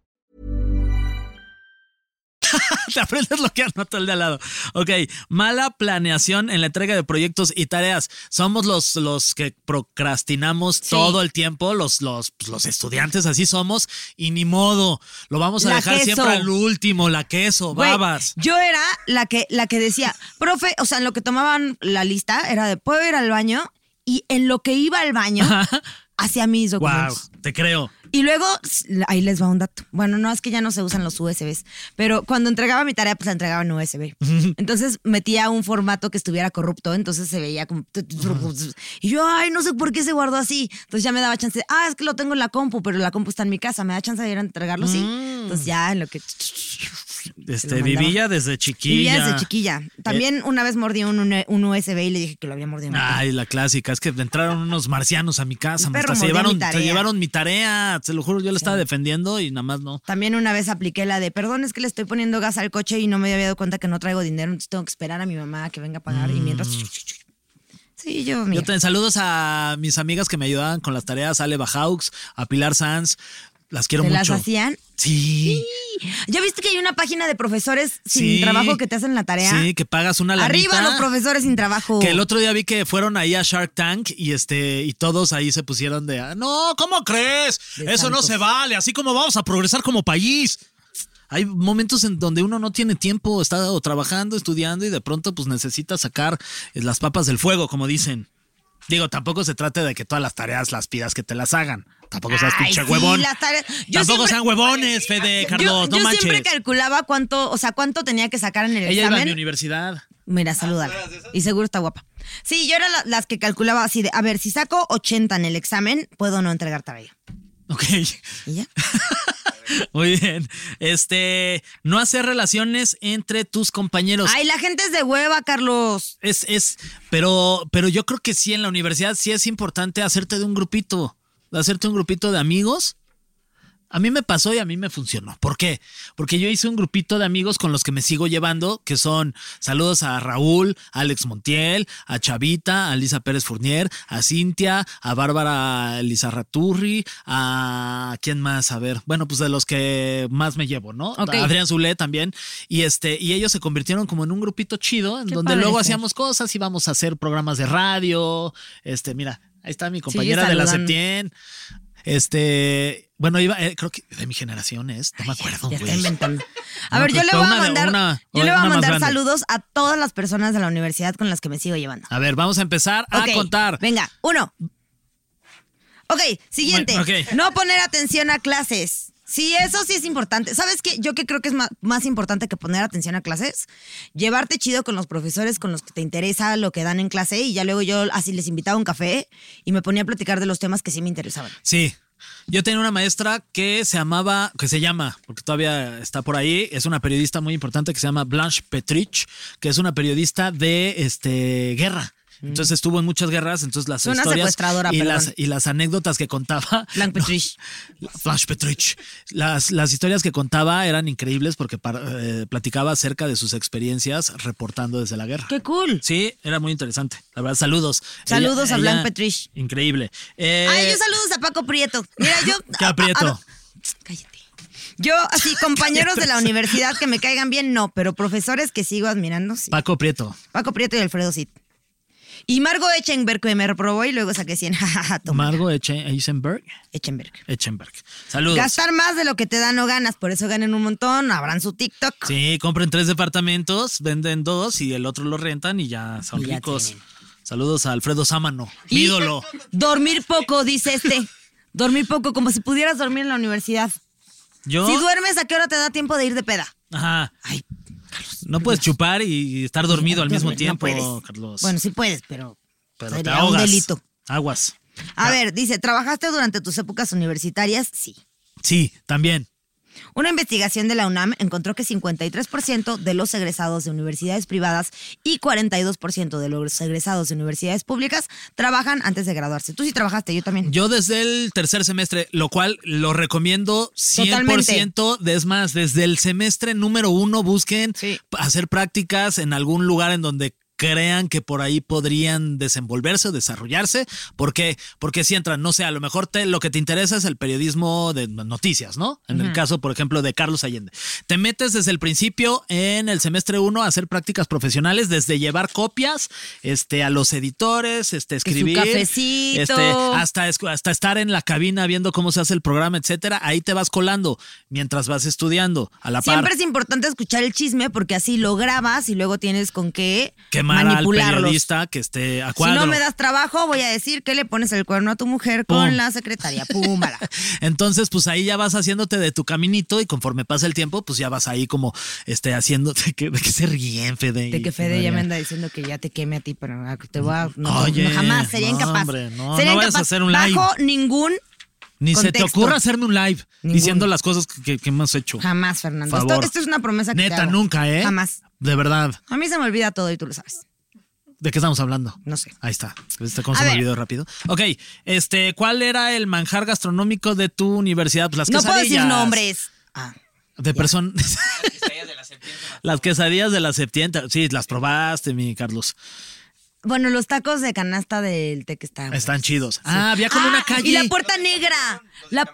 [SPEAKER 4] *laughs* Te aprendes lo que anota el de al lado. Ok, mala planeación en la entrega de proyectos y tareas. Somos los, los que procrastinamos todo el tiempo, los, los, pues, los estudiantes así somos, y ni modo, lo vamos a
[SPEAKER 3] La
[SPEAKER 4] dejar
[SPEAKER 3] queso.
[SPEAKER 4] siempre al último, la queso,
[SPEAKER 3] Güey,
[SPEAKER 4] babas.
[SPEAKER 3] Yo era la que, la que decía, profe, o sea, en lo que tomaban la lista era de puedo ir al baño y en lo que iba
[SPEAKER 4] *laughs*
[SPEAKER 3] al baño hacía mis
[SPEAKER 4] Wow,
[SPEAKER 3] documentos.
[SPEAKER 4] te creo.
[SPEAKER 3] Y luego, s- ahí les va un dato. Bueno, no es que ya no se usan los USBs, pero cuando entregaba mi tarea, pues la entregaba
[SPEAKER 4] *laughs*
[SPEAKER 3] en USB. Entonces metía un formato que estuviera corrupto, entonces se veía como. Y yo, ay, no sé por qué se guardó así. Entonces ya me daba chance. Ah, es que lo tengo en la compu, pero la compu está en mi casa. ¿Me da chance de ir a entregarlo? Sí. Entonces ya en lo que. Se
[SPEAKER 4] Mm. Este,
[SPEAKER 3] lo mandaba.
[SPEAKER 4] vivía desde chiquilla. Eh.
[SPEAKER 3] Vivía desde chiquilla. También una vez mordí un, un- un USB y le dije que lo había mordido. en la
[SPEAKER 4] Ay, la clásica, es que entraron unos marcianos a mi casa,
[SPEAKER 3] Un
[SPEAKER 4] Marta,
[SPEAKER 3] perro
[SPEAKER 4] se,
[SPEAKER 3] mordió
[SPEAKER 4] llevaron,
[SPEAKER 3] mi
[SPEAKER 4] se
[SPEAKER 3] tarea.
[SPEAKER 4] llevaron mi tarea, te lo juro, yo la estaba defendiendo y nada más no.
[SPEAKER 3] También una vez apliqué la de, perdón, es que le estoy poniendo gas al coche y no me había dado cuenta que no traigo dinero, entonces tengo que esperar a mi mamá que venga a pagar. Y mientras... Sí, yo, mira.
[SPEAKER 4] Mm. Yo te saludos a mis amigas que me ayudaban con las tareas, a Ale Bajaux, a Pilar Sanz, las quiero
[SPEAKER 3] ¿Te
[SPEAKER 4] mucho.
[SPEAKER 3] las hacían?
[SPEAKER 4] Sí.
[SPEAKER 3] ¿Ya viste que hay una página de profesores sin
[SPEAKER 4] sí.
[SPEAKER 3] trabajo que te hacen la tarea?
[SPEAKER 4] Sí, que pagas una lanita.
[SPEAKER 3] Arriba los profesores sin trabajo.
[SPEAKER 4] Que el otro día vi que fueron ahí a Shark Tank y este y todos ahí se pusieron de "Ah, no, ¿cómo crees?
[SPEAKER 3] De
[SPEAKER 4] Eso no
[SPEAKER 3] santos.
[SPEAKER 4] se vale, así como vamos a progresar como país. Hay momentos en donde uno no tiene tiempo, está o trabajando, estudiando y de pronto pues necesita sacar eh, las papas del fuego, como dicen. Digo, tampoco se trata de que todas las tareas las pidas que te las hagan. Tampoco seas
[SPEAKER 3] Ay,
[SPEAKER 4] pinche
[SPEAKER 3] sí,
[SPEAKER 4] huevón.
[SPEAKER 3] las tareas- Yo
[SPEAKER 4] Tampoco
[SPEAKER 3] siempre-
[SPEAKER 4] sean huevones, Fede, Carlos,
[SPEAKER 3] yo,
[SPEAKER 4] no
[SPEAKER 3] yo
[SPEAKER 4] manches.
[SPEAKER 3] siempre calculaba cuánto, o sea, cuánto tenía que sacar en el
[SPEAKER 4] Ella iba a
[SPEAKER 3] examen.
[SPEAKER 4] mi universidad. *laughs*
[SPEAKER 3] Mira, salúdala. Y seguro está guapa. Sí, yo era la- las que calculaba así de, a ver, si saco 80 en el examen, puedo no entregar tarea.
[SPEAKER 4] Ok. *laughs*
[SPEAKER 3] ¿Y ya?
[SPEAKER 4] Muy bien. Este, no hacer relaciones entre tus compañeros.
[SPEAKER 3] Ay, la gente es de hueva, Carlos.
[SPEAKER 4] Es, es, pero, pero yo creo que sí en la universidad sí es importante hacerte de un grupito, hacerte un grupito de amigos. A mí me pasó y a mí me funcionó. ¿Por qué? Porque yo hice un grupito de amigos con los que me sigo llevando, que son saludos a Raúl, a Alex Montiel, a Chavita, a Lisa Pérez Fournier, a Cintia, a Bárbara Lizarraturri, a quién más, a ver, bueno, pues de los que más me llevo, ¿no?
[SPEAKER 3] Ok.
[SPEAKER 4] A Adrián Zulé también. Y este, y ellos se convirtieron como en un grupito chido, en
[SPEAKER 3] Qué
[SPEAKER 4] donde
[SPEAKER 3] padre,
[SPEAKER 4] luego
[SPEAKER 3] Fer.
[SPEAKER 4] hacíamos cosas, íbamos a hacer programas de radio. Este, mira, ahí está mi compañera de la
[SPEAKER 3] saludando.
[SPEAKER 4] Septién. Este, bueno, iba, eh, creo que de mi generación es, no me acuerdo.
[SPEAKER 3] Ya está
[SPEAKER 4] güey.
[SPEAKER 3] inventando. A
[SPEAKER 4] No,
[SPEAKER 3] ver, yo
[SPEAKER 4] pero
[SPEAKER 3] le voy a
[SPEAKER 4] una de-
[SPEAKER 3] mandar,
[SPEAKER 4] una-
[SPEAKER 3] yo le voy
[SPEAKER 4] una
[SPEAKER 3] a
[SPEAKER 4] más
[SPEAKER 3] mandar
[SPEAKER 4] grande.
[SPEAKER 3] saludos a todas las personas de la universidad con las que me sigo llevando.
[SPEAKER 4] A ver, vamos a empezar
[SPEAKER 3] Ok,
[SPEAKER 4] a contar.
[SPEAKER 3] Venga, uno. Ok, siguiente.
[SPEAKER 4] Bueno, ok.
[SPEAKER 3] No poner atención a clases. Sí, eso sí es importante. ¿Sabes qué? Yo que creo que es ma- más, importante que poner atención a clases, llevarte chido con los profesores, con los que te interesa lo que dan en clase y ya luego yo así les invitaba a un café y me ponía a platicar de los temas que sí me interesaban.
[SPEAKER 4] Sí. Yo tenía una maestra que se llamaba, que se llama, porque todavía está por ahí, es una periodista muy importante que se llama Blanche Petrich, que es una periodista de este guerra. Entonces estuvo en muchas guerras, entonces las
[SPEAKER 3] Suena
[SPEAKER 4] historias
[SPEAKER 3] Mm. secuestradora,
[SPEAKER 4] y
[SPEAKER 3] perdón.
[SPEAKER 4] las, y las anécdotas que contaba.
[SPEAKER 3] *laughs* Blanche Petrich.
[SPEAKER 4] Blanche Petrich. Las, las historias que contaba eran increíbles porque par- eh, platicaba acerca de sus experiencias reportando desde la guerra.
[SPEAKER 3] ¡Qué cool!
[SPEAKER 4] Sí, era muy interesante. La verdad, saludos.
[SPEAKER 3] Saludos a Blanche Petrich.
[SPEAKER 4] Increíble. Eh,
[SPEAKER 3] Ay, yo saludos a Paco Prieto. Mira, yo.
[SPEAKER 4] *laughs* ¿Qué
[SPEAKER 3] a- a-
[SPEAKER 4] aprieto?
[SPEAKER 3] a- cállate. Yo, así,
[SPEAKER 4] *laughs*
[SPEAKER 3] compañeros de la universidad que me caigan bien, no, pero profesores que sigo admirando, sí.
[SPEAKER 4] Paco Prieto.
[SPEAKER 3] Paco Prieto y Alfredo Cid. Y Margo Echenberg, que me reprobó y luego saqué *laughs* 100. Jajaja, Toma,
[SPEAKER 4] Margo Eche- Eisenberg.
[SPEAKER 3] Echenberg.
[SPEAKER 4] Echenberg. Saludos.
[SPEAKER 3] Gastar más de lo que te dan o ganas, por eso ganen un montón, abran su TikTok.
[SPEAKER 4] Sí, compren tres departamentos, venden dos y el otro lo rentan y ya son
[SPEAKER 3] Y ya
[SPEAKER 4] ricos.
[SPEAKER 3] tienen.
[SPEAKER 4] Saludos a Alfredo Sámano, mi
[SPEAKER 3] Y
[SPEAKER 4] ídolo.
[SPEAKER 3] Dormir poco, dice este. Dormir poco, como si pudieras dormir en la universidad.
[SPEAKER 4] Yo.
[SPEAKER 3] Si duermes, ¿a qué hora te da tiempo de ir de peda?
[SPEAKER 4] Ajá.
[SPEAKER 3] Ay,
[SPEAKER 4] No puedes chupar y estar dormido al
[SPEAKER 3] duerme,
[SPEAKER 4] mismo
[SPEAKER 3] no
[SPEAKER 4] tiempo,
[SPEAKER 3] puedes.
[SPEAKER 4] Carlos.
[SPEAKER 3] Bueno, sí puedes, pero,
[SPEAKER 4] pero te
[SPEAKER 3] sería un
[SPEAKER 4] ahogas.
[SPEAKER 3] delito.
[SPEAKER 4] Aguas.
[SPEAKER 3] A ver, dice, ¿trabajaste durante tus épocas universitarias? Sí.
[SPEAKER 4] Sí, también.
[SPEAKER 3] Una investigación de la UNAM encontró que 53% de los egresados de universidades privadas y 42% de los egresados de universidades públicas trabajan antes de graduarse. Tú sí trabajaste, yo también.
[SPEAKER 4] Yo desde el tercer semestre, lo cual lo recomiendo 100%. De, es más, desde el semestre número uno busquen
[SPEAKER 3] Sí.
[SPEAKER 4] hacer prácticas en algún lugar en donde crean que por ahí podrían desenvolverse o desarrollarse, porque porque si entran, no sé, a lo mejor te, lo que te interesa es el periodismo de noticias, ¿no? En el caso, por ejemplo, de Carlos Allende. Te metes desde el principio en el semestre uno a hacer prácticas profesionales, desde llevar copias, este a los editores, este
[SPEAKER 3] su
[SPEAKER 4] escribir, este,
[SPEAKER 3] cafecito.
[SPEAKER 4] hasta, es- hasta estar en la cabina viendo cómo se hace el programa, etcétera. Ahí te vas colando mientras vas estudiando a la par.
[SPEAKER 3] Siempre es importante escuchar el chisme porque así lo grabas y luego tienes con qué
[SPEAKER 4] Quemar al
[SPEAKER 3] manipularlos.
[SPEAKER 4] periodista que esté a
[SPEAKER 3] si
[SPEAKER 4] cuadro.
[SPEAKER 3] no me das trabajo, voy a decir que le pones el cuerno a tu mujer con
[SPEAKER 4] Pum.
[SPEAKER 3] la secretaria.
[SPEAKER 4] *laughs*
[SPEAKER 3] Púmala.
[SPEAKER 4] *laughs* Entonces, pues ahí ya vas haciéndote de tu caminito y conforme pasa el tiempo, pues ya vas ahí como este haciéndote que, de que se ríen, Fede.
[SPEAKER 3] De que Fede ya me anda diciendo que ya te queme a ti, pero te voy a. No,
[SPEAKER 4] Oye,
[SPEAKER 3] no, jamás, sería
[SPEAKER 4] no,
[SPEAKER 3] incapaz.
[SPEAKER 4] hombre, no,
[SPEAKER 3] sería
[SPEAKER 4] no vayas a
[SPEAKER 3] incapaz.
[SPEAKER 4] hacer un live.
[SPEAKER 3] Bajo ningún.
[SPEAKER 4] Ni se te
[SPEAKER 3] Contexto.
[SPEAKER 4] ocurra hacerme un live
[SPEAKER 3] Ninguno.
[SPEAKER 4] diciendo las cosas que, que- que hemos hecho.
[SPEAKER 3] Jamás, Fernando.
[SPEAKER 4] Favor.
[SPEAKER 3] Esto, esto es una promesa que. te
[SPEAKER 4] Neta,
[SPEAKER 3] hago.
[SPEAKER 4] nunca, ¿eh?
[SPEAKER 3] Jamás.
[SPEAKER 4] De verdad.
[SPEAKER 3] A mí se me olvida todo y tú lo sabes.
[SPEAKER 4] ¿De qué estamos hablando?
[SPEAKER 3] No sé.
[SPEAKER 4] Ahí está. ¿Viste cómo
[SPEAKER 3] A
[SPEAKER 4] se me
[SPEAKER 3] ver.
[SPEAKER 4] olvidó rápido? Ok, este, ¿cuál era el manjar gastronómico de tu universidad? Pues las
[SPEAKER 3] No puedo decir
[SPEAKER 4] quesadillas.
[SPEAKER 3] nombres. Ah,
[SPEAKER 4] De personas. *laughs* las quesadillas de la septienta. Sí, las probaste, mi Carlos.
[SPEAKER 3] Bueno, los tacos de canasta del té que está.
[SPEAKER 4] Están chidos. Ah, había como una calle.
[SPEAKER 3] Y la puerta negra. La,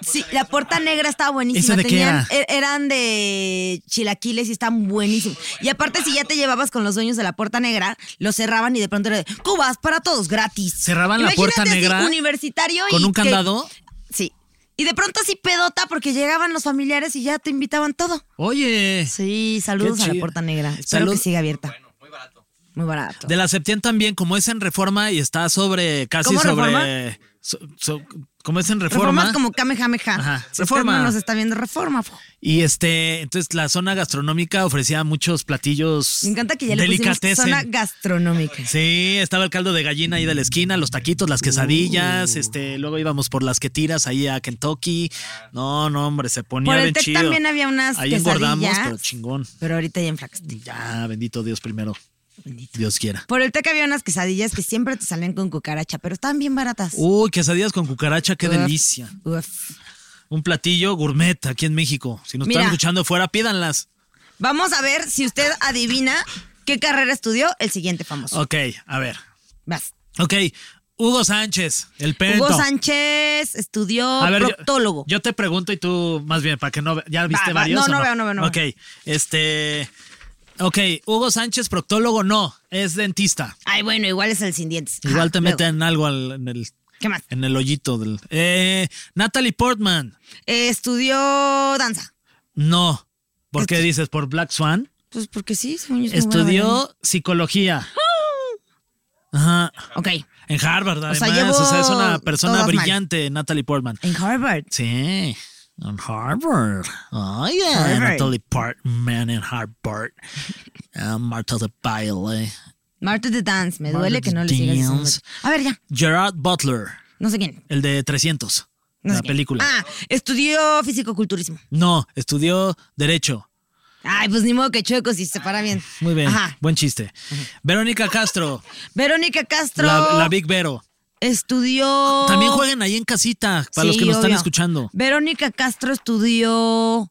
[SPEAKER 3] sí, la puerta negra estaba buenísima.
[SPEAKER 4] ¿Esa de qué
[SPEAKER 3] Tenían-
[SPEAKER 4] era?
[SPEAKER 3] er- Eran de chilaquiles y están buenísimos. Y aparte, si ya te llevabas con los dueños de la puerta negra, lo cerraban y de pronto era de cubas para todos gratis.
[SPEAKER 4] Cerraban la
[SPEAKER 3] Imagínate
[SPEAKER 4] puerta
[SPEAKER 3] así,
[SPEAKER 4] negra
[SPEAKER 3] universitario y
[SPEAKER 4] con un
[SPEAKER 3] que-
[SPEAKER 4] candado.
[SPEAKER 3] sí. Y de pronto así pedota porque llegaban los familiares y ya te invitaban todo.
[SPEAKER 4] Oye.
[SPEAKER 3] Sí, saludos
[SPEAKER 4] Qué
[SPEAKER 3] a la
[SPEAKER 4] chido.
[SPEAKER 3] puerta negra. Espero
[SPEAKER 4] Salud.
[SPEAKER 3] que siga abierta. muy barato. Muy barato.
[SPEAKER 4] De la Septién también, como es en reforma y está sobre, casi
[SPEAKER 3] ¿Cómo
[SPEAKER 4] sobre. so- so- como es en reforma.
[SPEAKER 3] Reformas como Kamehameha.
[SPEAKER 4] Ajá.
[SPEAKER 3] Si usted
[SPEAKER 4] Reforma.
[SPEAKER 3] no nos está viendo reforma. po.
[SPEAKER 4] Y este, entonces la zona gastronómica ofrecía muchos platillos.
[SPEAKER 3] Me encanta que ya le pusimos
[SPEAKER 4] delicatessen.
[SPEAKER 3] zona gastronómica.
[SPEAKER 4] Sí, estaba el caldo de gallina ahí de la esquina, los taquitos, las quesadillas, este, luego íbamos por las que tiras ahí a Kentucky. No, no, hombre, se ponía
[SPEAKER 3] Por el
[SPEAKER 4] bien
[SPEAKER 3] TEC
[SPEAKER 4] chido.
[SPEAKER 3] también había unas
[SPEAKER 4] Ahí engordamos,
[SPEAKER 3] quesadillas.
[SPEAKER 4] pero chingón.
[SPEAKER 3] Pero ahorita ya enflacaste.
[SPEAKER 4] Ya, bendito Dios primero. Dios quiera.
[SPEAKER 3] Por el TEC había unas quesadillas que siempre te salían con cucaracha, pero estaban bien baratas.
[SPEAKER 4] Uy, quesadillas con cucaracha, Uh, qué
[SPEAKER 3] Uf.
[SPEAKER 4] delicia.
[SPEAKER 3] Uf.
[SPEAKER 4] Un platillo gourmet aquí en México. Si nos
[SPEAKER 3] Mira.
[SPEAKER 4] están escuchando fuera, pídanlas.
[SPEAKER 3] Vamos a ver si usted adivina qué carrera estudió el siguiente famoso.
[SPEAKER 4] Ok, a ver.
[SPEAKER 3] Vas.
[SPEAKER 4] Ok, Hugo Sánchez, el pento.
[SPEAKER 3] Hugo Sánchez estudió
[SPEAKER 4] A ver, yo-
[SPEAKER 3] proctólogo.
[SPEAKER 4] Yo, te pregunto y tú, más bien, para que no ve- ¿Ya viste
[SPEAKER 3] Va, va,
[SPEAKER 4] varios?
[SPEAKER 3] no,
[SPEAKER 4] o
[SPEAKER 3] no veo, no veo, no
[SPEAKER 4] Ok, este. Ok, Hugo Sánchez, proctólogo, no, es dentista.
[SPEAKER 3] Ay, bueno, igual es el sin dientes.
[SPEAKER 4] Igual
[SPEAKER 3] Ajá,
[SPEAKER 4] te
[SPEAKER 3] Ah, luego.
[SPEAKER 4] meten algo al- en, el,
[SPEAKER 3] ¿Qué más?
[SPEAKER 4] en el hoyito del. Eh, Natalie Portman,
[SPEAKER 3] Eh, estudió danza.
[SPEAKER 4] no. ¿Por qué
[SPEAKER 3] Estu-
[SPEAKER 4] dices? ¿Por Black Swan?
[SPEAKER 3] Pues porque sí, según yo es muy buena
[SPEAKER 4] Estudió psicología. Ajá.
[SPEAKER 3] bailarina. Ok.
[SPEAKER 4] En Harvard, además.
[SPEAKER 3] sea, llevo
[SPEAKER 4] o sea, es una persona
[SPEAKER 3] todas mal.
[SPEAKER 4] brillante, Natalie Portman.
[SPEAKER 3] En Harvard.
[SPEAKER 4] Sí, en Harvard. Oh, yeah.
[SPEAKER 3] Harvard.
[SPEAKER 4] Natalie Portman en
[SPEAKER 3] *laughs*
[SPEAKER 4] Harvard. Ah, Marta de Baile.
[SPEAKER 3] Marta the Dance. Me
[SPEAKER 4] Marta
[SPEAKER 3] duele que
[SPEAKER 4] the
[SPEAKER 3] no le sigas diciendo.
[SPEAKER 4] Dance.
[SPEAKER 3] A ver, ya.
[SPEAKER 4] Gerard Butler,
[SPEAKER 3] No sé quién.
[SPEAKER 4] el de 300,
[SPEAKER 3] No
[SPEAKER 4] la
[SPEAKER 3] sé quién.
[SPEAKER 4] película.
[SPEAKER 3] Ah, estudió fisicoculturismo.
[SPEAKER 4] No, estudió Derecho.
[SPEAKER 3] Ay, pues ni modo que chueco si se para bien.
[SPEAKER 4] Muy bien,
[SPEAKER 3] Ajá.
[SPEAKER 4] buen chiste. Verónica Castro,
[SPEAKER 3] Verónica Castro
[SPEAKER 4] la, la Big Vero.
[SPEAKER 3] estudió.
[SPEAKER 4] También jueguen ahí en casita, para los
[SPEAKER 3] Sí,
[SPEAKER 4] que nos están
[SPEAKER 3] obvio.
[SPEAKER 4] escuchando.
[SPEAKER 3] Verónica Castro estudió.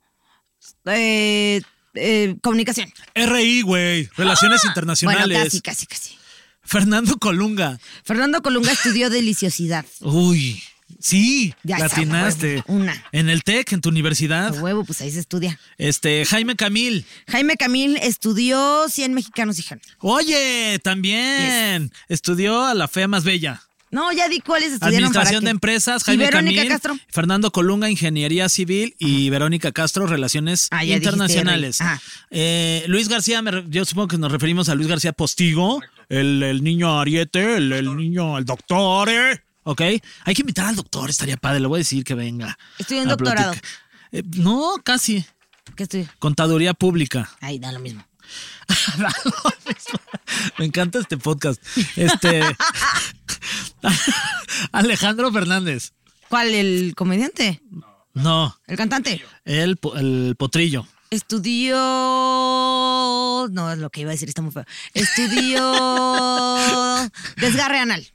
[SPEAKER 3] eh, eh, comunicación. Ah,
[SPEAKER 4] RI, güey, Relaciones Internacionales.
[SPEAKER 3] Bueno, casi, casi, casi.
[SPEAKER 4] Fernando Colunga.
[SPEAKER 3] Fernando Colunga estudió deliciosidad.
[SPEAKER 4] Uy, sí,
[SPEAKER 3] Ya
[SPEAKER 4] la
[SPEAKER 3] está,
[SPEAKER 4] atinaste.
[SPEAKER 3] huevo, una.
[SPEAKER 4] En el TEC, en tu
[SPEAKER 3] A
[SPEAKER 4] universidad.
[SPEAKER 3] huevo, pues ahí se estudia.
[SPEAKER 4] Este, Jaime Camil.
[SPEAKER 3] Jaime Camil estudió 100 mexicanos, hija.
[SPEAKER 4] Oye, también estudió a la fea más bella.
[SPEAKER 3] No, ya di cuáles estudiaron para
[SPEAKER 4] Administración
[SPEAKER 3] qué.
[SPEAKER 4] de Empresas,
[SPEAKER 3] ¿Y
[SPEAKER 4] Jaime
[SPEAKER 3] Verónica
[SPEAKER 4] Camil,
[SPEAKER 3] Castro.
[SPEAKER 4] Fernando Colunga, Ingeniería Civil y Verónica Castro, Relaciones
[SPEAKER 3] Ah, ya dijiste,
[SPEAKER 4] Internacionales.
[SPEAKER 3] Rey. Ajá.
[SPEAKER 4] Eh, Luis García, me re- yo supongo que nos referimos a Luis García Postigo, el, el niño Ariete, el, el niño, el doctor, ¿eh? ¿ok? Hay que invitar al doctor, estaría padre, le voy a decir que venga.
[SPEAKER 3] Estudió un
[SPEAKER 4] a
[SPEAKER 3] doctorado.
[SPEAKER 4] platicar. Eh, no, casi.
[SPEAKER 3] ¿Qué estudió?
[SPEAKER 4] Contaduría Pública.
[SPEAKER 3] Ahí da lo mismo.
[SPEAKER 4] Da lo mismo. *laughs* Me encanta este podcast. Este. *laughs* Alejandro Fernández.
[SPEAKER 3] ¿Cuál, el comediante?
[SPEAKER 4] No,
[SPEAKER 3] El cantante
[SPEAKER 4] el, po- el potrillo.
[SPEAKER 3] estudió. No, es lo que iba a decir, está muy feo.
[SPEAKER 4] *laughs*
[SPEAKER 3] Estudió. Desgarre anal.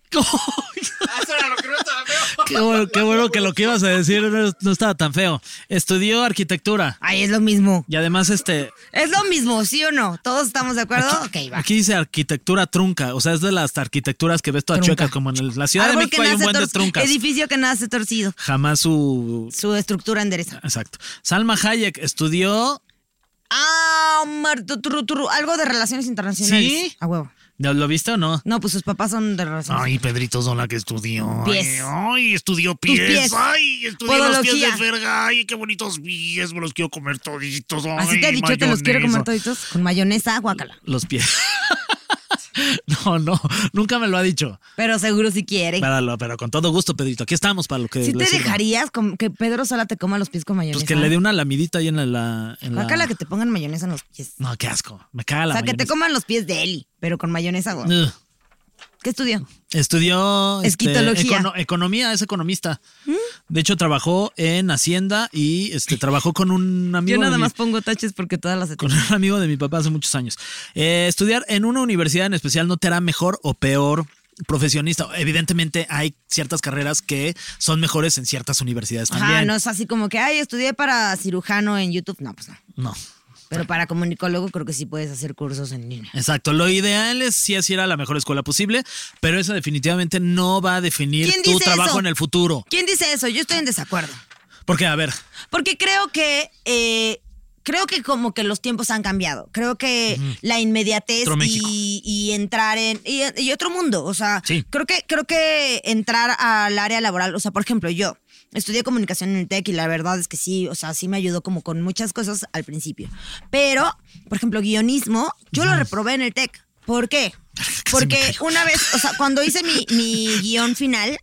[SPEAKER 4] Qué bueno, qué bueno que lo que ibas a decir no, no estaba tan feo. Estudió arquitectura
[SPEAKER 3] Ay, es lo mismo.
[SPEAKER 4] y además este
[SPEAKER 3] Es lo mismo, ¿sí o no? ¿Todos estamos de acuerdo? ok, va.
[SPEAKER 4] aquí dice arquitectura trunca, o sea, es de las arquitecturas que ves toda
[SPEAKER 3] Trunca.
[SPEAKER 4] chueca como en el- la Ciudad de
[SPEAKER 3] Árbol
[SPEAKER 4] México hay un buen de
[SPEAKER 3] torc-
[SPEAKER 4] truncas.
[SPEAKER 3] Edificio que nace torcido.
[SPEAKER 4] Jamás su
[SPEAKER 3] Su estructura endereza.
[SPEAKER 4] Exacto. Salma Hayek estudió
[SPEAKER 3] Ah, mar- tu- tu- tu- algo de relaciones internacionales.
[SPEAKER 4] ¿Sí?
[SPEAKER 3] A huevo.
[SPEAKER 4] ¿Lo lo viste o no?
[SPEAKER 3] No, pues sus papás son de relaciones.
[SPEAKER 2] Ay, Pedrito Sola que estudió.
[SPEAKER 3] Pies.
[SPEAKER 2] Ay, ay, estudió pies.
[SPEAKER 3] pies.
[SPEAKER 2] Ay, estudió los pies
[SPEAKER 3] Podología.
[SPEAKER 2] de verga. Ay, qué bonitos pies. Me los quiero comer toditos. Ay,
[SPEAKER 3] Así te he dicho, te los quiero comer
[SPEAKER 2] mayonesa.
[SPEAKER 3] toditos con mayonesa, guacala.
[SPEAKER 4] Los pies. *laughs* no, no, nunca me lo ha dicho.
[SPEAKER 3] Pero seguro si quiere.
[SPEAKER 4] Para lo- pero con todo gusto, Pedrito. Aquí estamos para lo que.
[SPEAKER 3] ¿Sí
[SPEAKER 4] le
[SPEAKER 3] te
[SPEAKER 4] sirva.
[SPEAKER 3] dejarías com- que Pedro Sola te coma los pies con mayonesa?
[SPEAKER 4] Pues que le dé una lamidita ahí en la. en la- en la-
[SPEAKER 3] Guácala que te pongan mayonesa en los pies.
[SPEAKER 4] No, qué asco. Me caga
[SPEAKER 3] o
[SPEAKER 4] la
[SPEAKER 3] sea, que te
[SPEAKER 4] mayonesa.
[SPEAKER 3] coman los pies de Eli, pero con mayonesa, güey.
[SPEAKER 4] Ugh.
[SPEAKER 3] ¿Qué estudió?
[SPEAKER 4] Estudió. este,
[SPEAKER 3] Esquitología. ¿Mm?
[SPEAKER 4] econo- economía, es economista. De hecho, trabajó en Hacienda y este trabajó con un amigo.
[SPEAKER 3] Yo
[SPEAKER 4] de
[SPEAKER 3] nada
[SPEAKER 4] mi-
[SPEAKER 3] más pongo taches porque todas las
[SPEAKER 4] con un amigo de mi papá hace muchos años. Eh, estudiar en una universidad en especial no te hará mejor o peor profesionista. Evidentemente hay ciertas carreras que son mejores en ciertas universidades
[SPEAKER 3] Ajá,
[SPEAKER 4] también.
[SPEAKER 3] no es así como que, ay, estudié para cirujano en YouTube. No, pues no.
[SPEAKER 4] No.
[SPEAKER 3] Pero para comunicólogo creo que sí puedes hacer cursos en línea.
[SPEAKER 4] Exacto, lo ideal es sí así era la mejor escuela posible, pero eso definitivamente no va a definir
[SPEAKER 3] ¿Quién
[SPEAKER 4] tu
[SPEAKER 3] dice
[SPEAKER 4] trabajo
[SPEAKER 3] eso?
[SPEAKER 4] en el futuro.
[SPEAKER 3] ¿Quién dice eso? Yo estoy en desacuerdo.
[SPEAKER 4] Porque, a ver,
[SPEAKER 3] Porque creo que. eh, creo que como que los tiempos han cambiado. Creo que la inmediatez
[SPEAKER 4] Otro México.
[SPEAKER 3] y, y entrar en. Y, y otro mundo. O sea,
[SPEAKER 4] Sí.
[SPEAKER 3] creo que, creo que entrar al área laboral. O sea, por ejemplo, yo. Estudié comunicación en el TEC y la verdad es que sí, o sea, sí me ayudó como con muchas cosas al principio. Pero, por ejemplo, guionismo, yo lo reprobé en el TEC.
[SPEAKER 4] *laughs*
[SPEAKER 3] ¿Por qué? Porque una vez, o sea, cuando hice mi, mi guión final,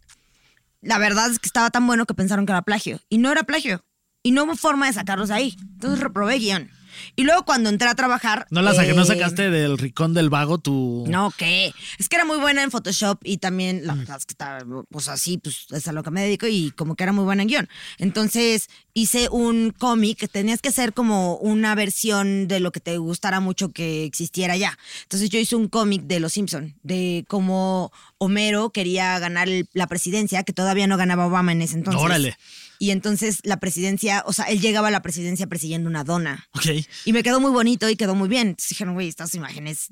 [SPEAKER 3] la verdad es que estaba tan bueno que pensaron que era plagio. Y no era plagio. Y no hubo forma de sacarlos de ahí. Entonces reprobé guión. Y luego cuando entré a trabajar...
[SPEAKER 4] no la saqué- no
[SPEAKER 3] eh,
[SPEAKER 4] sacaste del rincón del vago tu...
[SPEAKER 3] No, ¿qué? Es que era muy buena en Photoshop y también la verdad es que estaba, pues así, pues es a lo que me dedico y como que era muy buena en guión. Entonces hice un cómic, tenías que hacer como una versión de lo que te gustara mucho que existiera ya. Entonces yo hice un cómic de Los Simpson, de cómo Homero quería ganar el- la presidencia, que todavía no ganaba Obama en ese entonces.
[SPEAKER 4] Órale.
[SPEAKER 3] Y entonces la presidencia, o sea, él llegaba a la presidencia persiguiendo una dona.
[SPEAKER 4] Ok.
[SPEAKER 3] Y me quedó muy bonito y quedó muy bien. Entonces dijeron, güey, estas imágenes